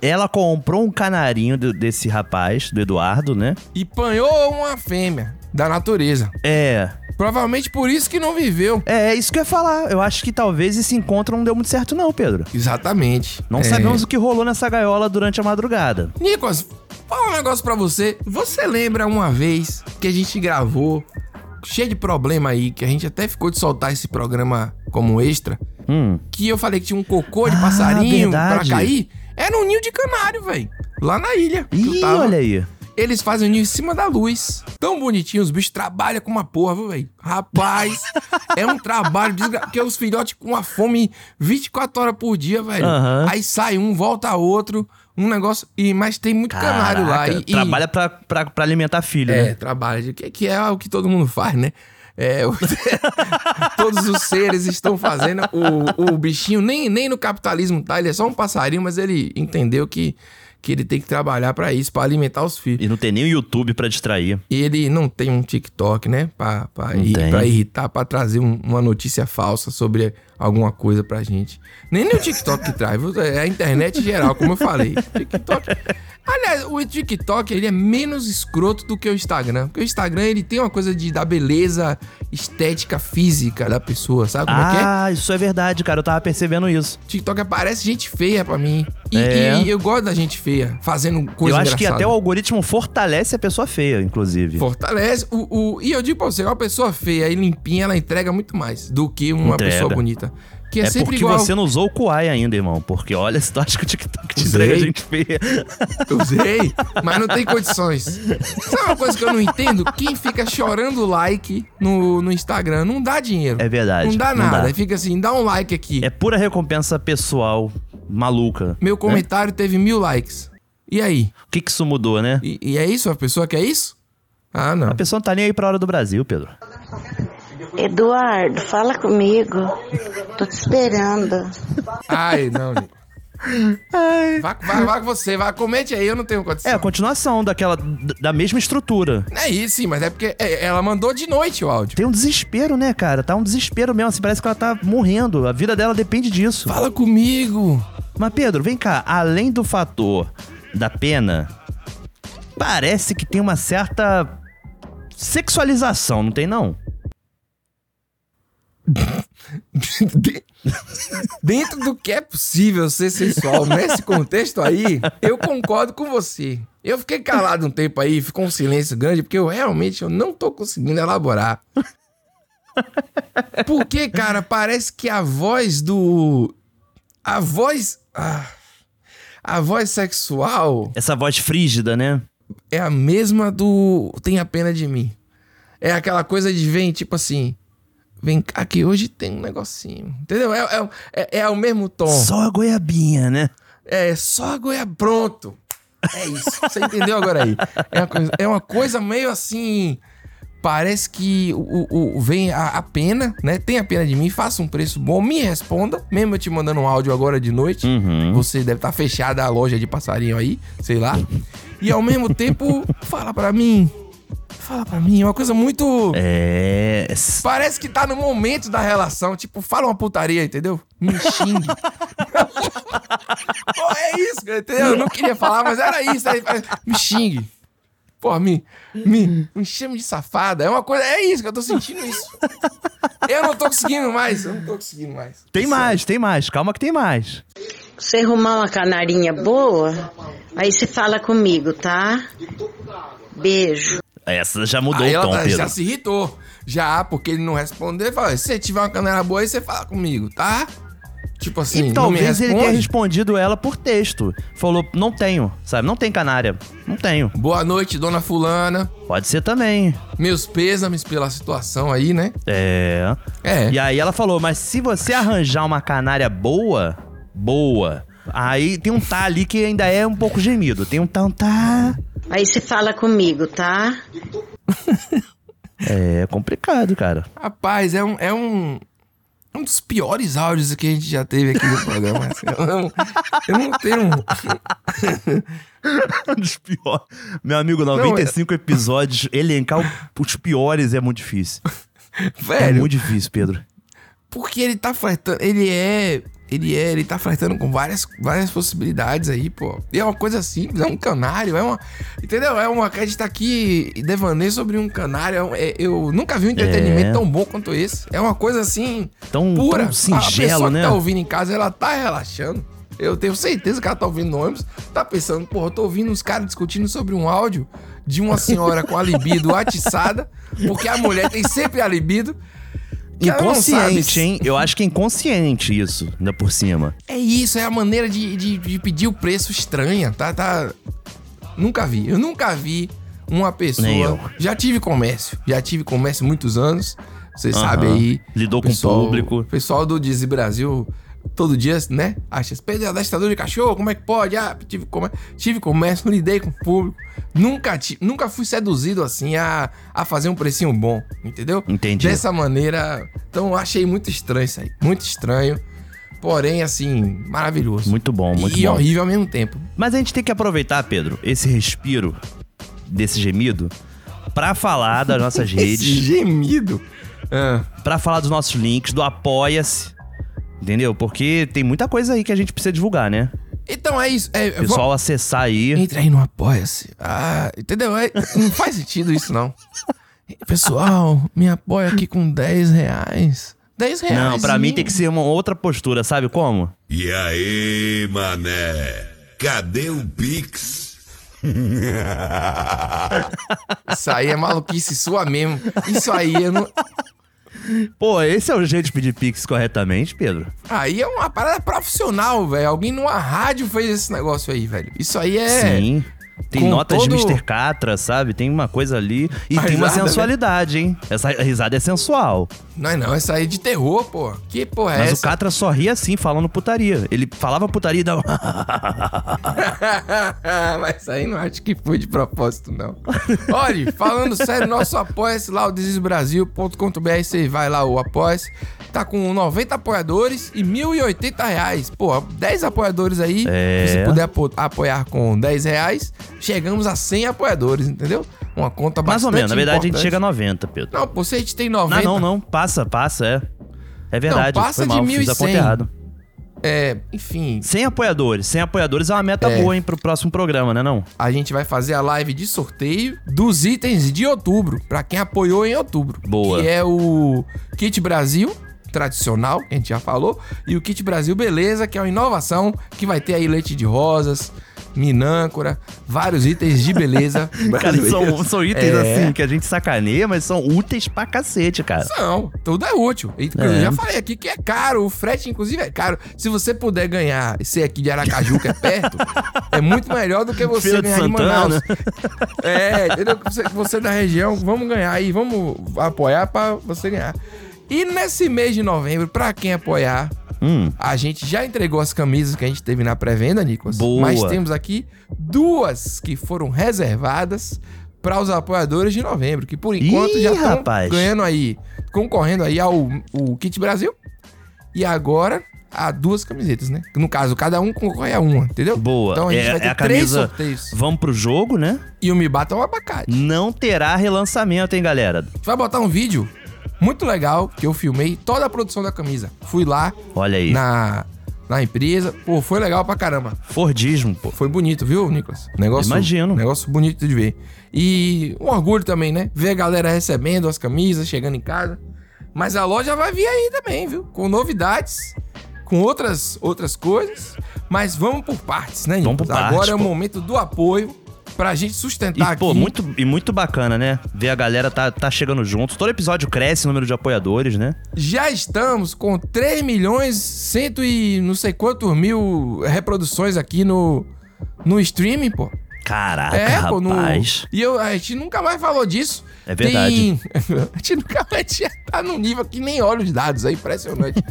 S4: Ela comprou um canarinho do- desse rapaz, do Eduardo, né?
S3: E panhou uma fêmea da natureza.
S4: É.
S3: Provavelmente por isso que não viveu.
S4: É, é isso que eu ia falar. Eu acho que talvez esse encontro não deu muito certo, não, Pedro.
S3: Exatamente.
S4: Não
S3: É.
S4: sabemos o que rolou nessa gaiola durante a madrugada.
S3: Nicolas, fala um negócio pra você. Você lembra uma vez que a gente gravou, cheio de problema aí, que a gente até ficou de soltar esse programa como extra,
S4: Hum.
S3: que eu falei que tinha um cocô de passarinho
S4: Ah, verdade.
S3: pra cair? Era um ninho de canário, velho. Lá na ilha. que eu
S4: Ih,
S3: tava.
S4: olha aí.
S3: Eles fazem o ninho em cima da luz. Tão bonitinho, os bichos trabalham com uma porra, viu, velho? Rapaz, é um trabalho desgra... Porque os filhotes com uma fome 24 horas por dia, velho.
S4: Aham.
S3: Aí sai um, volta outro, um negócio... e Mas tem muito canário lá.
S4: Caraca,
S3: E, e-
S4: Trabalha pra, pra, pra alimentar filho,
S3: É,
S4: né?
S3: trabalha. Que, que é o que todo mundo faz, né? É, o- todos os seres estão fazendo. O, o bichinho nem, nem no capitalismo tá, ele é só um passarinho, mas ele entendeu que, que ele tem que trabalhar pra isso, pra alimentar os filhos.
S4: E não tem nem o YouTube pra distrair.
S3: E ele não tem um TikTok, né? Pra, pra,
S4: Não
S3: ir-
S4: tem.
S3: pra irritar, pra trazer um- uma notícia falsa sobre alguma coisa pra gente. Nem nem o TikTok que traz, viu? é a internet em geral, como eu falei. TikTok. Aliás, o TikTok ele é menos escroto do que o Instagram. Porque o Instagram ele tem uma coisa de, da beleza estética física da pessoa, sabe como é que é?
S4: ah, isso é verdade, cara. Eu tava percebendo isso.
S3: TikTok aparece gente feia pra mim. E,
S4: É.
S3: e eu gosto da gente feia, fazendo coisa
S4: eu acho que
S3: engraçada.
S4: até o algoritmo fortalece a pessoa feia, inclusive.
S3: Fortalece. O, o- e eu digo pra você, uma pessoa feia e limpinha, ela entrega muito mais do que uma
S4: Entrega.
S3: pessoa bonita. Que é,
S4: é
S3: sempre
S4: porque
S3: igual.
S4: você não usou o Kuai ainda, irmão. Porque olha, se tu acha que o TikTok te
S3: Usei.
S4: entrega gente feia.
S3: Usei, mas não tem condições. Sabe uma coisa que eu não entendo? Quem fica chorando like no, no Instagram não dá dinheiro.
S4: É verdade.
S3: Não dá nada.
S4: dá.
S3: Aí Fica assim, dá um like aqui.
S4: É pura recompensa pessoal, maluca.
S3: Meu
S4: né?
S3: comentário teve mil likes. E aí?
S4: O que, que isso mudou, né?
S3: E, e é isso? A pessoa quer isso? Ah, não.
S4: A pessoa não tá nem aí pra hora do Brasil, Pedro.
S12: Eduardo, fala comigo. Tô te esperando.
S3: Ai, não, Nico. Vai, vai, vai com você, vai, comente aí, eu não tenho condição.
S4: É a continuação daquela. d- da mesma estrutura.
S3: É isso, sim, mas é porque é, ela mandou de noite o áudio.
S4: Tem um desespero, né, cara? Tá um desespero mesmo. Assim, parece que ela tá morrendo. A vida dela depende disso.
S3: Fala comigo.
S4: Mas, Pedro, vem cá. Além do fator da pena, parece que tem uma certa sexualização, não tem, não?
S3: De- Dentro do que é possível ser sensual nesse contexto aí, eu concordo com você. Eu fiquei calado um tempo aí, ficou um silêncio grande, porque eu realmente eu não tô conseguindo elaborar. Porque, cara, parece que a voz do. A voz. Ah, A voz sexual.
S4: Essa voz frígida, né?
S3: É a mesma do Tem a Pena de Mim. É aquela coisa de vem, tipo assim. Vem cá que hoje tem um negocinho. Entendeu? É, é, é, é o mesmo tom.
S4: Só a goiabinha, né?
S3: É, só a goiaba. Pronto. É isso. Você entendeu agora aí? É uma coisa, é uma coisa meio assim. Parece que o, o, o vem a, a pena, né? Tem a pena de mim, faça um preço bom, me responda. Mesmo eu te mandando um áudio agora de noite. Você deve estar fechada a loja de passarinho aí, sei lá. E ao mesmo tempo, fala pra mim. Fala pra mim, é uma coisa muito.
S4: É.
S3: Parece que tá no momento da relação. Tipo, fala uma putaria, entendeu? Me xingue. Pô, é isso, cara, entendeu? Eu não queria falar, mas era isso. Aí, aí, me xingue. Pô, me, me, me chame de safada. É uma coisa. É isso que eu tô sentindo isso. Eu não tô conseguindo mais. Eu não tô conseguindo mais.
S4: Tem mais, tem mais. Calma que tem mais.
S12: Você arrumar uma canarinha boa, aí você fala comigo, tá? Beijo.
S4: Essa já mudou
S3: aí
S4: o
S3: ela
S4: tom,
S3: tá-
S4: Pedro.
S3: já se irritou. Já, porque ele não respondeu. Ele falou: se você tiver uma canela boa, aí você fala comigo, tá? Tipo assim,
S4: e
S3: não
S4: talvez
S3: me
S4: ele tenha
S3: responde.
S4: respondido ela por texto. Falou, não tenho, sabe? Não tem canária. Não tenho.
S3: Boa noite, dona Fulana.
S4: Pode ser também.
S3: Meus pêsames pela situação aí, né?
S4: É.
S3: É.
S4: E aí ela falou, mas se você arranjar uma canária boa, boa, aí tem um tá ali que ainda é um pouco gemido. Tem um tá, um tá.
S12: Aí você fala comigo, tá?
S4: É complicado, cara.
S3: Rapaz, é um. É um... é um dos piores áudios que a gente já teve aqui no programa. assim. Eu, não, eu não tenho. um,
S4: Dos piores. Meu amigo,
S3: é.
S4: 95 episódios, elencar o- os piores é muito difícil. É
S3: Velho.
S4: muito difícil, Pedro.
S3: Porque ele tá flertando. Ele é. Ele é. Ele tá flertando com várias, várias possibilidades aí, pô. E é uma coisa simples, é um canário, é uma. Entendeu? É uma. A gente tá aqui e devaneio sobre um canário. é um- é- eu nunca vi um entretenimento
S4: É.
S3: tão bom quanto esse. É uma coisa assim.
S4: Tão,
S3: pura.
S4: tão
S3: a pessoa
S4: singelo, né?
S3: que tá ouvindo em casa, ela tá relaxando. Eu tenho certeza que ela tá ouvindo no ônibus, tá pensando, porra, eu tô ouvindo os caras discutindo sobre um áudio de uma senhora com a libido atiçada, porque a mulher tem sempre a libido. que ela não sabe
S4: Inconsciente, hein? Eu acho que é inconsciente isso, ainda por cima.
S3: É isso, é a maneira de, de, de pedir o preço estranha, tá, tá? Nunca vi. Eu nunca vi uma pessoa.
S4: Nem eu.
S3: Já tive comércio. Já tive comércio muitos anos. Vocês
S4: Aham.
S3: sabem aí.
S4: Lidou com o público.
S3: O pessoal do Dizzy Brasil. Todo dia, né? Acha, Pedro, da ditadura de cachorro, como é que pode? Ah, tive, comer- tive comércio, lidei com o público. Nunca, ti- nunca fui seduzido assim a, a fazer um precinho bom, entendeu?
S4: Entendi.
S3: Dessa maneira. Então, eu achei muito estranho isso aí. Muito estranho. Porém, assim, maravilhoso.
S4: Muito bom, muito
S3: e
S4: bom.
S3: horrível ao mesmo tempo.
S4: Mas a gente tem que aproveitar, Pedro, esse respiro desse gemido pra falar das nossas redes.
S3: Esse gemido?
S4: Pra falar dos nossos links, do Apoia-se. Entendeu? Porque tem muita coisa aí que a gente precisa divulgar, né?
S3: Então é isso. É,
S4: Pessoal acessar aí.
S3: Entra aí no Apoia-se. Ah, entendeu? É, não faz sentido isso, não. Pessoal, me apoia aqui com 10 reais. 10 reais.
S4: Não, pra mim tem que ser uma outra postura, sabe como?
S13: E aí, mané? Cadê o Pix?
S3: Isso aí é maluquice sua mesmo. Isso aí eu não.
S4: Pô, esse é o jeito de pedir Pix corretamente, Pedro.
S3: Aí é uma parada profissional, velho. Alguém numa rádio fez esse negócio aí, velho. Isso aí é.
S4: Sim. Tem
S3: Com
S4: notas de
S3: todo-
S4: Mr. Catra, sabe? Tem uma coisa ali. E
S3: A
S4: tem uma
S3: risada, né?
S4: sensualidade, hein? Essa risada é sensual.
S3: Não é não, essa aí é de terror, pô. Que porra é
S4: Mas o
S3: essa?
S4: Catra só ria assim, falando putaria. Ele falava putaria e dava.
S3: Mas aí não acho que foi de propósito, não. Olha, falando sério, nosso apoia-se lá, o desesbrasil.com.br, você vai lá, o apoia-se. Tá com 90 apoiadores e 1.080 reais. Pô, 10 apoiadores aí.
S4: É.
S3: Se você puder apo- apoiar com 10 reais, chegamos a 100 apoiadores, entendeu? Uma conta bastante
S4: Mais ou menos, na verdade a gente
S3: importante.
S4: chega a 90, Pedro. Ah,
S3: Não, pô, se a gente tem 90...
S4: Não, não, não. Passa, passa, é. É verdade.
S3: passa
S4: foi mal,
S3: de
S4: fiz a conta
S3: 1.100.
S4: errada.
S3: É, enfim...
S4: 100 apoiadores. 100 apoiadores é uma meta
S3: É.
S4: boa, hein, pro próximo programa, né não?
S3: A gente vai fazer a live de sorteio dos itens de outubro, pra quem apoiou em outubro.
S4: Boa.
S3: Que é o Kit Brasil tradicional, que a gente já falou, e o Kit Brasil Beleza, que é uma inovação que vai ter aí leite de rosas, minâncora, vários itens de beleza.
S4: Cara, são, são itens
S3: É.
S4: assim que a gente sacaneia, mas são úteis pra cacete, cara.
S3: Não, tudo é útil. E,
S4: É.
S3: Eu já falei aqui que é caro, o frete, inclusive, é caro. Se você puder ganhar, ser aqui de Aracaju, que é perto, é muito melhor do que você
S4: Feira de
S3: ganhar em
S4: Santana. né?
S3: Manaus. É, entendeu? Você, você da região, vamos ganhar aí, vamos apoiar pra você ganhar. E nesse mês de novembro, pra quem apoiar,
S4: Hum,
S3: a gente já entregou as camisas que a gente teve na pré-venda, Nicolas.
S4: Boa.
S3: Mas temos aqui duas que foram reservadas para os apoiadores de novembro, que por enquanto
S4: Ih,
S3: já estão
S4: rapaz.
S3: ganhando aí, concorrendo aí ao o Kit Brasil. E agora há duas camisetas, né? No caso, cada um concorre a uma, entendeu?
S4: Boa.
S3: Então a gente
S4: é,
S3: vai ter
S4: é a
S3: três
S4: camisa.
S3: sorteios.
S4: Vamos pro jogo, né?
S3: E o Me Bata é um abacate.
S4: Não terá relançamento, hein, galera?
S3: A gente vai botar um vídeo muito legal que eu filmei toda a produção da camisa. Fui lá
S4: Olha aí.
S3: na, na empresa. Pô, foi legal pra caramba.
S4: Fordismo, pô.
S3: Foi bonito, viu, Nicolas? Negócio,
S4: Imagino.
S3: Negócio bonito de ver. E um orgulho também, né? Ver a galera recebendo as camisas, chegando em casa. Mas a loja vai vir aí também, viu? Com novidades, com outras, outras coisas. Mas vamos por partes, né,
S4: Vamos
S3: Nicolas?
S4: por partes,
S3: Agora é o
S4: pô.
S3: momento do apoio pra gente
S4: E,
S3: sustentar
S4: pô,
S3: aqui.
S4: muito, e muito bacana, né? Ver a galera tá, tá chegando junto. Todo episódio cresce o número de apoiadores, né?
S3: Já estamos com 3 milhões cento e não sei quantos mil reproduções aqui no, no streaming, pô.
S4: Caraca,
S3: É, pô, no-
S4: Ah, rapaz.
S3: E eu, a gente nunca mais falou disso.
S4: É verdade.
S3: Tem- a gente nunca mais tinha- tá num nível que nem olha os dados, é impressionante.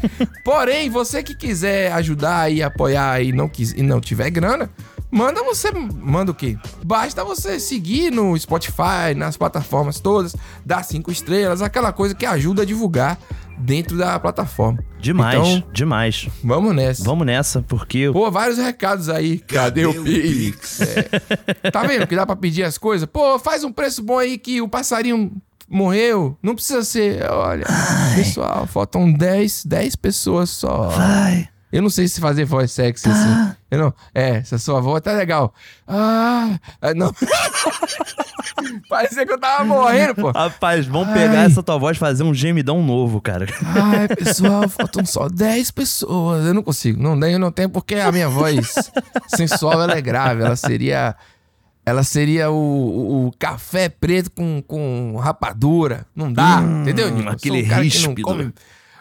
S3: Porém, você que quiser ajudar e apoiar e não, quis, e não tiver grana, manda você. Manda o quê? Basta você seguir no Spotify, nas plataformas todas, dar cinco estrelas, aquela coisa que ajuda a divulgar dentro da plataforma.
S4: Demais,
S3: Então,
S4: demais.
S3: Vamos nessa.
S4: Vamos nessa, porque.
S3: Pô, vários recados aí. Cadê, o Pix? É. Tá vendo que dá pra pedir as coisas? Pô, faz um preço bom aí que o passarinho morreu. Não precisa ser. Olha, pessoal, faltam 10, 10 pessoas só.
S4: Vai.
S3: Eu não sei se fazer voz sexy assim. Eu não. É, essa sua voz tá legal. Ah, ah, não. Parecia que eu tava morrendo, pô.
S4: Rapaz, vamos pegar
S3: Ai.
S4: essa tua voz e fazer um gemidão novo, cara.
S3: Ai, pessoal, faltam só 10 pessoas. Eu não consigo. Não, eu não tenho porque a minha voz sensual ela é grave. Ela seria. Ela seria o, o- o café preto com, com rapadura. Não dá,
S4: Hum,
S3: entendeu, Nicolas? Sou
S4: aquele
S3: um cara Que
S4: ríspido.
S3: não come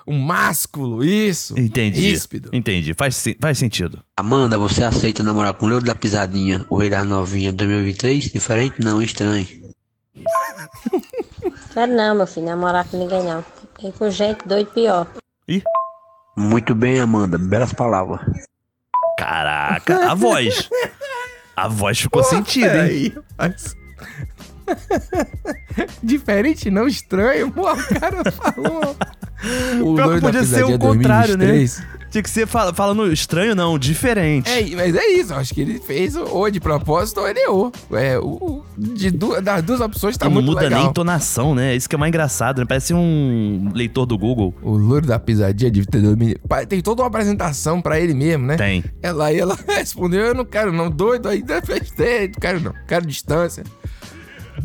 S3: um másculo, isso.
S4: Entendi.
S3: Ríspido.
S4: Entendi. Faz, sen- faz sentido.
S14: Amanda, você aceita namorar com o Leo da Pisadinha, o rei da novinha 2023? Diferente não, estranho.
S15: Quero não, meu filho, namorar com ninguém não. Tem com gente doido pior.
S14: Muito bem, Amanda, belas palavras.
S4: Caraca, a voz. A voz ficou sentida, hein?
S3: Diferente, não estranho. Pô, o cara falou. O
S4: Pior
S3: doido da
S4: que podia ser
S3: pisadinha
S4: o contrário,
S3: 2023.
S4: né? Tinha que ser fala- falando estranho, não, diferente.
S3: É, mas é isso, eu acho que ele fez ou de propósito ou ele errou. É, o, o- de du- das duas opções tá
S4: E não
S3: muito
S4: muda
S3: legal.
S4: nem a entonação, né? Isso que é mais engraçado, né? Parece um leitor do Google.
S3: O louro da pisadinha de 22 mil- Pai, Tem toda uma apresentação pra ele mesmo, né?
S4: Tem.
S3: Ela aí ela respondeu: Eu não quero, não. Doido ainda festei, não quero, não. Quero distância.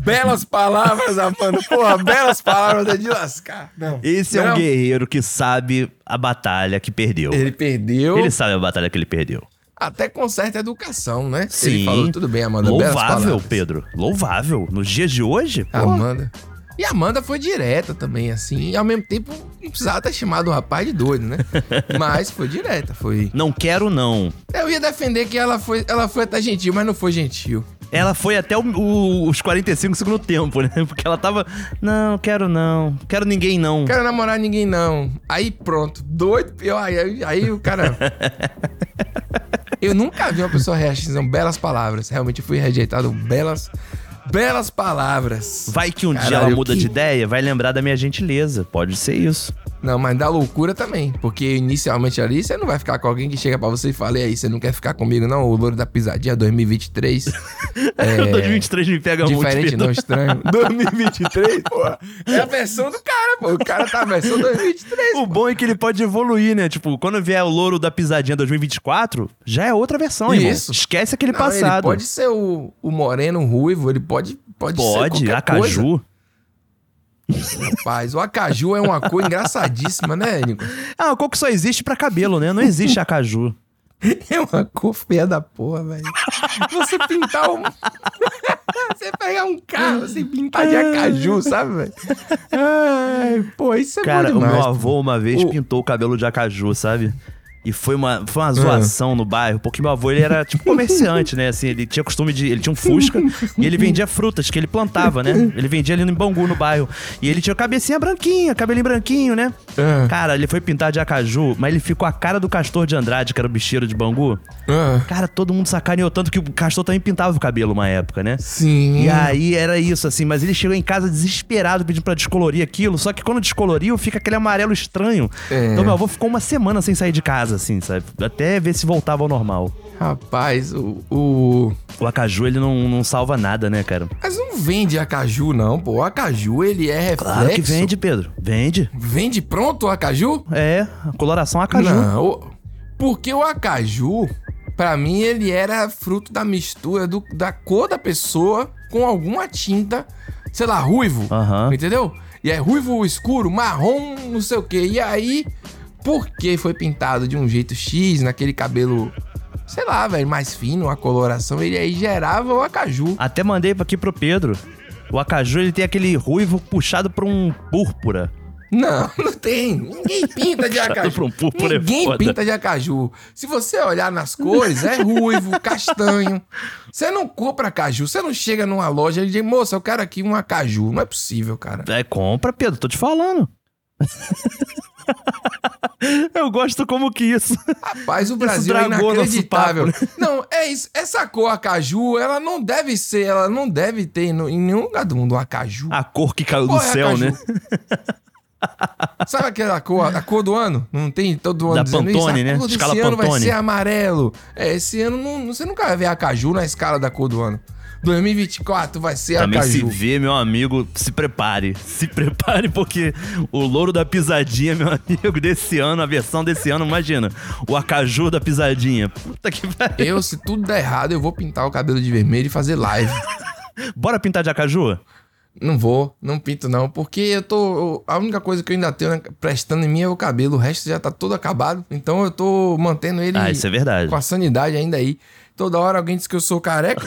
S3: Belas palavras, Amanda. Porra, belas palavras é de lascar. Não.
S4: Esse é
S3: Não.
S4: um guerreiro que sabe a batalha que perdeu. Ele
S3: perdeu.
S4: Ele sabe a batalha que ele perdeu.
S3: Até com certa educação, né?
S4: Sim.
S3: Ele falou: Tudo bem, Amanda. belas
S4: Louvável,
S3: palavras.
S4: Pedro. Louvável. Nos dias de hoje, pô.
S3: Amanda. E a Amanda foi direta também, assim. E ao mesmo tempo, não precisava ter chamado o rapaz de doido, né? Mas foi direta, foi.
S4: Não quero, não.
S3: Eu ia defender que ela foi, ela foi até gentil, mas não foi gentil.
S4: Ela foi até o- o- os 45 segundo tempo, né? Porque ela tava. Não, quero não. Quero ninguém não.
S3: Quero namorar ninguém, não. Aí pronto, doido, pior. Aí, aí- aí o cara. Eu nunca vi uma pessoa reagir belas palavras. Realmente eu fui rejeitado belas. Belas palavras.
S4: Vai que um dia
S3: Caralho,
S4: ela muda
S3: que-
S4: de ideia, vai lembrar da minha gentileza. Pode ser isso.
S3: Não, mas da loucura também. Porque inicialmente ali você não vai ficar com alguém que chega pra você e fala: E aí, você não quer ficar comigo, não? O louro da pisadinha 2023. É,
S4: 2023 me pega muito,
S3: Diferente,
S4: Pedro.
S3: não estranho. 2023, porra. É a versão do cara, pô. O cara tá a versão 2023.
S4: O bom é que ele pode evoluir, né? Tipo, quando vier o louro da pisadinha 2024, já é outra versão, irmão.
S3: Isso.
S4: Esquece aquele
S3: Não,
S4: passado.
S3: Ele pode ser o, o moreno, o ruivo, ele pode, pode,
S4: Pode,
S3: ser qualquer
S4: acaju.
S3: coisa. Rapaz, o acaju é uma cor engraçadíssima, né, Nico?
S4: Ah, a cor que só existe pra cabelo, né? Não existe acaju.
S3: É uma cor feia da porra, velho. Você pintar um. Você pegar um carro, você pintar de acaju, sabe, velho? Ai, Pô, isso é bom
S4: Cara, o
S3: demais,
S4: meu
S3: pô.
S4: avô uma vez
S3: O-
S4: pintou o cabelo de acaju, sabe? E foi uma, foi uma
S3: Ah.
S4: zoação no bairro, porque meu avô ele era tipo comerciante, né? Assim, ele tinha costume de. Ele tinha um Fusca e ele vendia frutas que ele plantava, né? Ele vendia ali no Bangu, no bairro. E ele tinha cabecinha branquinha, cabelinho branquinho, né?
S3: Ah.
S4: Cara, ele foi pintar de acaju, mas ele ficou a cara do Castor de Andrade, que era o bicheiro de Bangu.
S3: Ah,
S4: Cara, todo mundo sacaneou tanto que o Castor também pintava o cabelo uma época, né?
S3: Sim.
S4: E aí era isso, assim, mas ele chegou em casa desesperado pedindo pra descolorir aquilo, só que quando descoloriu fica aquele amarelo estranho.
S3: É.
S4: Então meu avô ficou uma semana sem sair de casa, assim, sabe? Até ver se voltava ao normal.
S3: Rapaz, o. O,
S4: acaju, ele não, não salva nada, né, cara?
S3: Mas não vende acaju, não, pô. O acaju, ele é reflexo.
S4: Claro que vende, Pedro. Vende.
S3: Vende pronto o acaju?
S4: É, a coloração acaju.
S3: Não, o- porque o acaju, pra mim, ele era fruto da mistura do- da cor da pessoa com alguma tinta, sei lá, ruivo. Entendeu? E é ruivo escuro, marrom, não sei o quê. E aí, porque foi pintado de um jeito X, naquele cabelo, sei lá, velho, mais fino, a coloração, ele aí gerava o acaju.
S4: Até mandei aqui pro Pedro. O acaju, ele tem aquele ruivo puxado pra um púrpura.
S3: Não, não tem. Ninguém pinta de
S4: Puxado
S3: acaju.
S4: pra um púrpura é
S3: Ninguém
S4: foda.
S3: pinta de acaju. Se você olhar nas cores, é ruivo, castanho. Você não compra acaju. Você não chega numa loja e diz, moça, eu quero aqui um acaju. Não é possível, cara.
S4: É, compra, Pedro, tô te falando. Eu gosto como que isso.
S3: Rapaz, o
S4: Isso
S3: Brasil é
S4: dragou nosso
S3: inacreditável.
S4: papo, né?
S3: Não, é isso. Essa cor acaju, ela não deve ser, ela não deve ter no- em nenhum lugar do mundo um acaju.
S4: A cor que caiu do
S3: Porra, é
S4: céu,
S3: acaju.
S4: né?
S3: Sabe aquela cor, a cor do ano? Não tem todo ano
S4: Da
S3: dizendo
S4: Pantone,
S3: isso? A
S4: né?
S3: cor desse
S4: Escala
S3: ano vai
S4: Pantone.
S3: ser amarelo. É, esse ano não, você nunca vai ver a Caju na escala da cor do ano. 2024 vai ser
S4: Também
S3: É a
S4: se
S3: Caju.
S4: vê, meu amigo, se prepare. Se prepare, porque o louro da pisadinha, meu amigo, desse ano, a versão desse ano, imagina. O acaju da pisadinha.
S3: Eu, se tudo der errado, eu vou pintar o cabelo de vermelho e fazer live.
S4: Bora pintar de acaju?
S3: Não vou, não pinto não, porque eu tô. A única coisa que eu ainda tenho né, prestando em mim é o cabelo, o resto já tá todo acabado, então eu tô mantendo ele.
S4: Ah, isso é verdade.
S3: Com a sanidade ainda aí. Toda hora alguém diz que eu sou careca.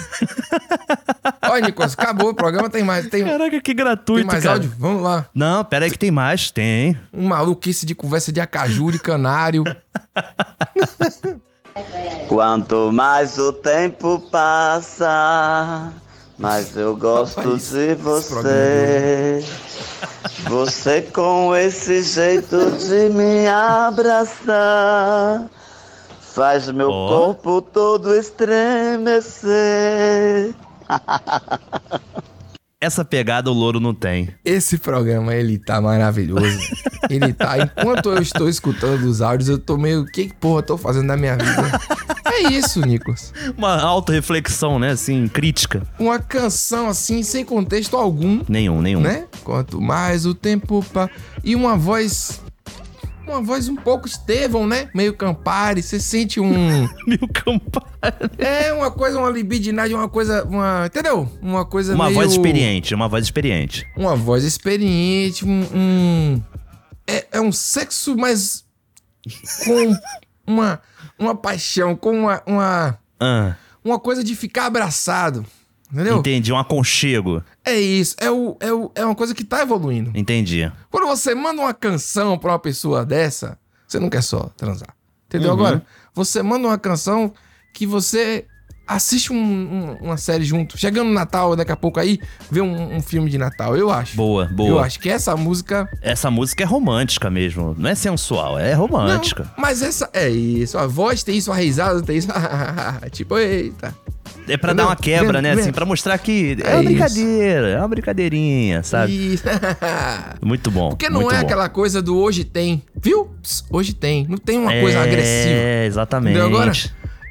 S3: Olha, Nicolas, acabou é o programa, tem mais. Tem,
S4: Caraca, que gratuito,
S3: Tem mais
S4: cara.
S3: áudio? Vamos lá.
S4: Não, pera aí que tem mais, tem.
S3: Um maluquice de conversa de acaju, de canário.
S16: Quanto mais o tempo passa, mais eu gosto de você. Você com esse jeito de me abraçar, faz meu corpo todo estremecer.
S4: Essa pegada o louro não tem.
S3: Esse programa, ele tá maravilhoso. Ele tá. Enquanto eu estou escutando os áudios, eu tô meio. Que porra eu tô fazendo da minha vida? É isso, Nicolas.
S4: Uma autorreflexão, né? Assim, crítica.
S3: Uma canção assim, sem contexto algum,
S4: Nenhum, nenhum.
S3: né? Quanto mais o tempo. Pa... E uma voz. Uma voz um pouco Estevão, né? Meio Campari. Você sente um.
S4: Meio Campari.
S3: É uma coisa, uma libidinagem, uma coisa. Uma, entendeu? Uma coisa
S4: Uma
S3: meio.
S4: voz experiente, uma voz experiente.
S3: Uma voz experiente, um. um- é, é um sexo, mas. com uma, uma paixão, com uma, uma.
S4: Ah,
S3: Uma coisa de ficar abraçado. Entendeu?
S4: entendi, um aconchego.
S3: É isso. É, o, é, o, é uma coisa que tá evoluindo.
S4: Entendi.
S3: Quando você manda uma canção pra uma pessoa dessa, você não quer só transar. Entendeu
S4: Uhum.
S3: agora? Você manda uma canção que você assiste um- um- uma série junto. Chegando no Natal, daqui a pouco aí, vê um, um filme de Natal, eu acho.
S4: Boa, boa.
S3: Eu acho que essa música.
S4: Essa música é romântica mesmo. Não é sensual, é romântica.
S3: Mas essa. É isso. A voz tem isso, a risada tem isso. tipo, eita.
S4: É pra dar uma quebra, né? Assim, pra mostrar que é,
S3: É
S4: uma
S3: isso.
S4: brincadeira, é uma brincadeirinha, sabe?
S3: Isso.
S4: Muito bom.
S3: Porque não
S4: muito
S3: é
S4: bom.
S3: aquela coisa do hoje tem, viu? Ps, hoje tem. Não tem uma coisa
S4: É,
S3: agressiva.
S4: exatamente.
S3: Entendeu agora?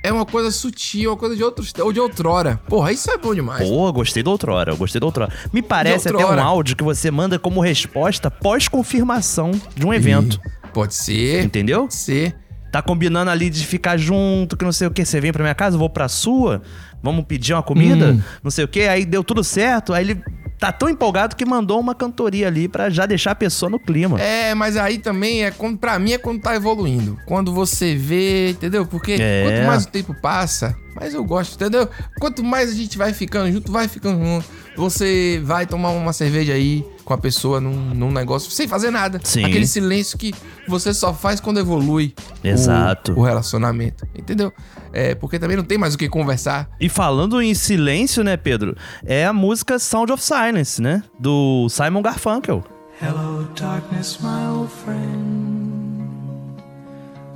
S3: É uma coisa sutil, uma coisa de, outros, ou de outrora. Porra, isso é bom demais.
S4: Pô, gostei da outrora, eu gostei da outrora. Me parece
S3: De outrora.
S4: até um áudio que você manda como resposta pós-confirmação de um evento.
S3: pode ser.
S4: Entendeu?
S3: Pode ser.
S4: Tá combinando ali de ficar junto, que não sei o que. Você vem pra minha casa, eu vou pra sua, vamos pedir uma comida,
S3: Hum.
S4: não sei o que. Aí deu tudo certo, aí ele tá tão empolgado que mandou uma cantoria ali pra já deixar a pessoa no clima.
S3: É, mas aí também é quando, pra mim, é quando tá evoluindo. Quando você vê, entendeu? Porque
S4: É.
S3: quanto mais o tempo passa, mais eu gosto, entendeu? Quanto mais a gente vai ficando junto, vai ficando junto. Você vai tomar uma cerveja aí com a pessoa num, num negócio sem fazer nada.
S4: Sim.
S3: Aquele silêncio que você só faz quando evolui. o-
S4: Exato.
S3: O, relacionamento, entendeu? É, porque também não tem mais o que conversar.
S4: E falando em silêncio, né, Pedro? É a música Sound of Silence, né? Do Simon Garfunkel.
S5: Hello, darkness, my old friend.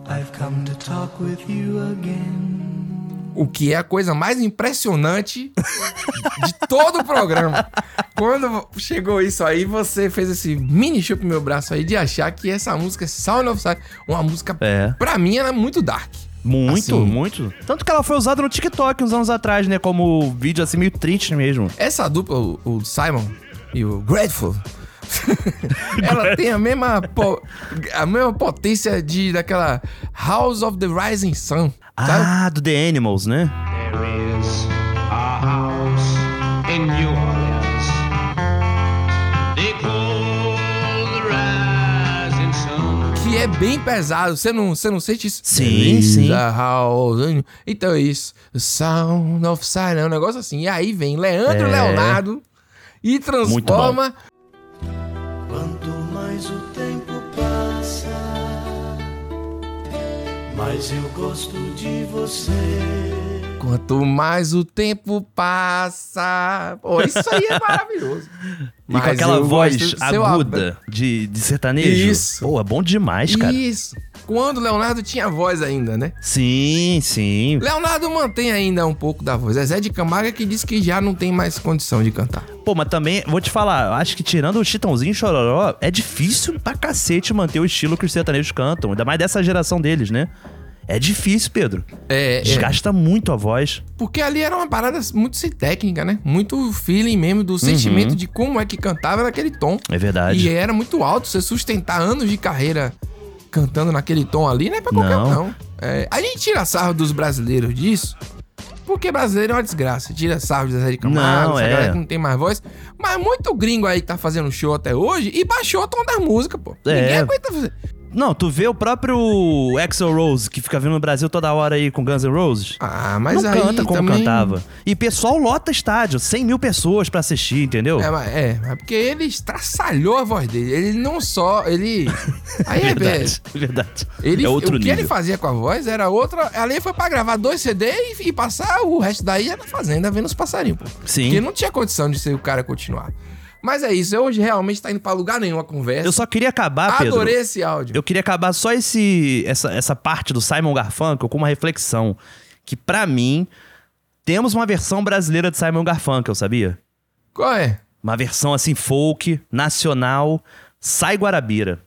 S5: I've come to talk with you again.
S3: O que é a coisa mais impressionante de todo o programa. Quando chegou isso aí, você fez esse mini chup no meu braço aí de achar que essa música é Sound of Silence, uma música, pra mim, ela é muito dark.
S4: Muito,
S3: Assim.
S4: muito. Tanto que ela foi usada no TikTok uns anos atrás, né? Como vídeo assim meio triste mesmo.
S3: Essa dupla, o, o Simon e o Grateful, ela tem a mesma, po- a mesma potência de daquela House of the Rising Sun.
S4: Ah, do The Animals, né?
S5: There is a house in New Orleans. They call the rising sun.
S3: Que é bem pesado, você não, você não sente isso?
S4: Sim,
S3: Beleza,
S4: sim.
S3: House. Então é isso. Sound of Silence, um negócio assim. E aí vem Leandro
S4: É.
S3: Leonardo e transforma
S5: Quanto mais o tempo passa, mais eu gosto de você.
S3: Quanto mais o tempo passa. Pô, isso aí é maravilhoso.
S4: E
S3: Mas
S4: com aquela
S3: eu
S4: voz
S3: gosto do seu
S4: aguda de, de sertanejo.
S3: Isso.
S4: Pô, é bom demais, cara.
S3: Isso. Quando o Leonardo tinha voz ainda, né?
S4: Sim, sim.
S3: Leonardo mantém ainda um pouco da voz. É Zé de Camargo que diz que já não tem mais condição de cantar.
S4: Pô, mas também, vou te falar, eu acho que tirando o Chitãozinho e Chororó, é difícil pra cacete manter o estilo que os sertanejos cantam. Ainda mais dessa geração deles, né? É difícil, Pedro.
S3: É.
S4: Desgasta muito a voz.
S3: Porque ali era uma parada muito sem técnica, né? Muito feeling mesmo do sentimento de como é que cantava naquele tom.
S4: É verdade.
S3: E era muito alto. Você sustentar anos de carreira cantando naquele tom ali não é pra qualquer
S4: Não.
S3: um, não. É, a gente tira sarro dos brasileiros disso, porque brasileiro é uma desgraça. Tira sarro de Zé de Camargo,
S4: Não,
S3: essa
S4: é.
S3: galera que não tem mais voz. Mas muito gringo aí que tá fazendo show até hoje e baixou o tom da música, pô.
S4: É.
S3: Ninguém aguenta fazer.
S4: Não, tu vê o próprio Axel Rose, que fica vindo no Brasil toda hora aí com Guns N' Roses.
S3: Ah, mas
S4: Não
S3: aí
S4: canta como
S3: também-
S4: cantava. E pessoal lota estádio, 100 mil pessoas pra assistir, entendeu?
S3: É, mas- é, mas porque ele estraçalhou a voz dele. Ele não só. Ele. Aí é
S4: verdade,
S3: verdade.
S4: é verdade.
S3: Ele,
S4: é outro
S3: o que
S4: nível.
S3: ele fazia com a voz era outra. Ali foi pra gravar dois CD e, e passar o resto daí na fazenda vendo os passarinhos, pô.
S4: Sim.
S3: Porque não tinha condição de ser o cara continuar. Mas é isso, hoje realmente tá indo pra lugar nenhum a conversa.
S4: Eu só queria acabar, Pedro.
S3: é. Adorei esse áudio.
S4: Eu queria acabar só esse, essa, essa parte do Simon Garfunkel com uma reflexão. Que pra mim, temos uma versão brasileira de Simon Garfunkel, sabia?
S3: Qual é?
S4: Uma versão assim, folk, nacional, Sai Guarabira.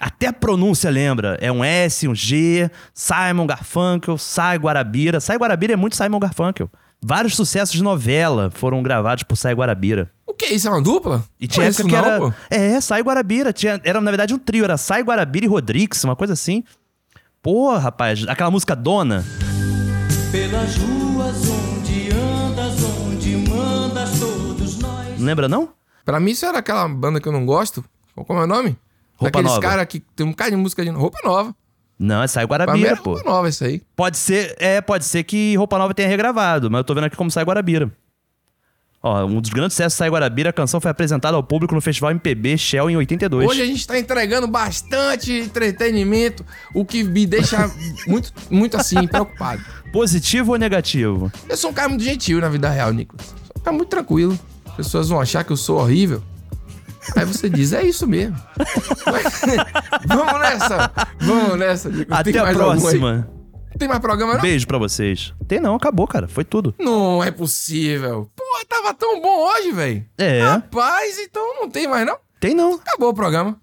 S4: Até a pronúncia lembra. É um S, um G, Simon Garfunkel, Sai Guarabira. Sai Guarabira é muito Simon Garfunkel. Vários sucessos de novela foram gravados por Sai Guarabira.
S3: O que? Isso é uma dupla?
S4: E tinha
S3: isso
S4: época que
S3: não,
S4: era.
S3: pô.
S4: É, Sai Guarabira. Tinha, era, na verdade, um trio. Era Sai Guarabira e Rodrigues, uma coisa assim. Pô, rapaz, aquela música Dona.
S5: Pelas ruas onde andas, onde mandas todos nós.
S4: Não lembra, não?
S3: Pra mim, isso era aquela banda que eu não gosto. Qual é o nome?
S4: Roupa
S3: Daqueles
S4: Nova.
S3: caras que tem um bocado de música de roupa nova.
S4: Não, é Sai
S3: Pra mim
S4: Guarabira,
S3: era
S4: pô.
S3: roupa nova isso aí.
S4: Pode ser, é, pode ser que Roupa Nova tenha regravado, mas eu tô vendo aqui como Sai Guarabira. Ó, um dos grandes sucessos de Sai Guarabira, a canção foi apresentada ao público no Festival MPB Shell em 82.
S3: Hoje a gente tá entregando bastante entretenimento, o que me deixa muito, muito assim, preocupado.
S4: Positivo ou negativo?
S3: Eu sou um cara muito gentil na vida real, Nicolas. Sou um cara muito tranquilo. As pessoas vão achar que eu sou horrível. Aí você diz, é isso mesmo. vamos nessa. Vamos nessa, Nicolas.
S4: Até
S3: Tem
S4: a
S3: mais algum aí?
S4: próxima.
S3: Tem mais programa, não?
S4: Beijo pra vocês. Tem não, acabou, cara. Foi tudo.
S3: Não é possível. Pô, tava tão bom hoje, velho.
S4: É.
S3: Rapaz, então não tem mais, não?
S4: Tem não.
S3: Acabou o programa.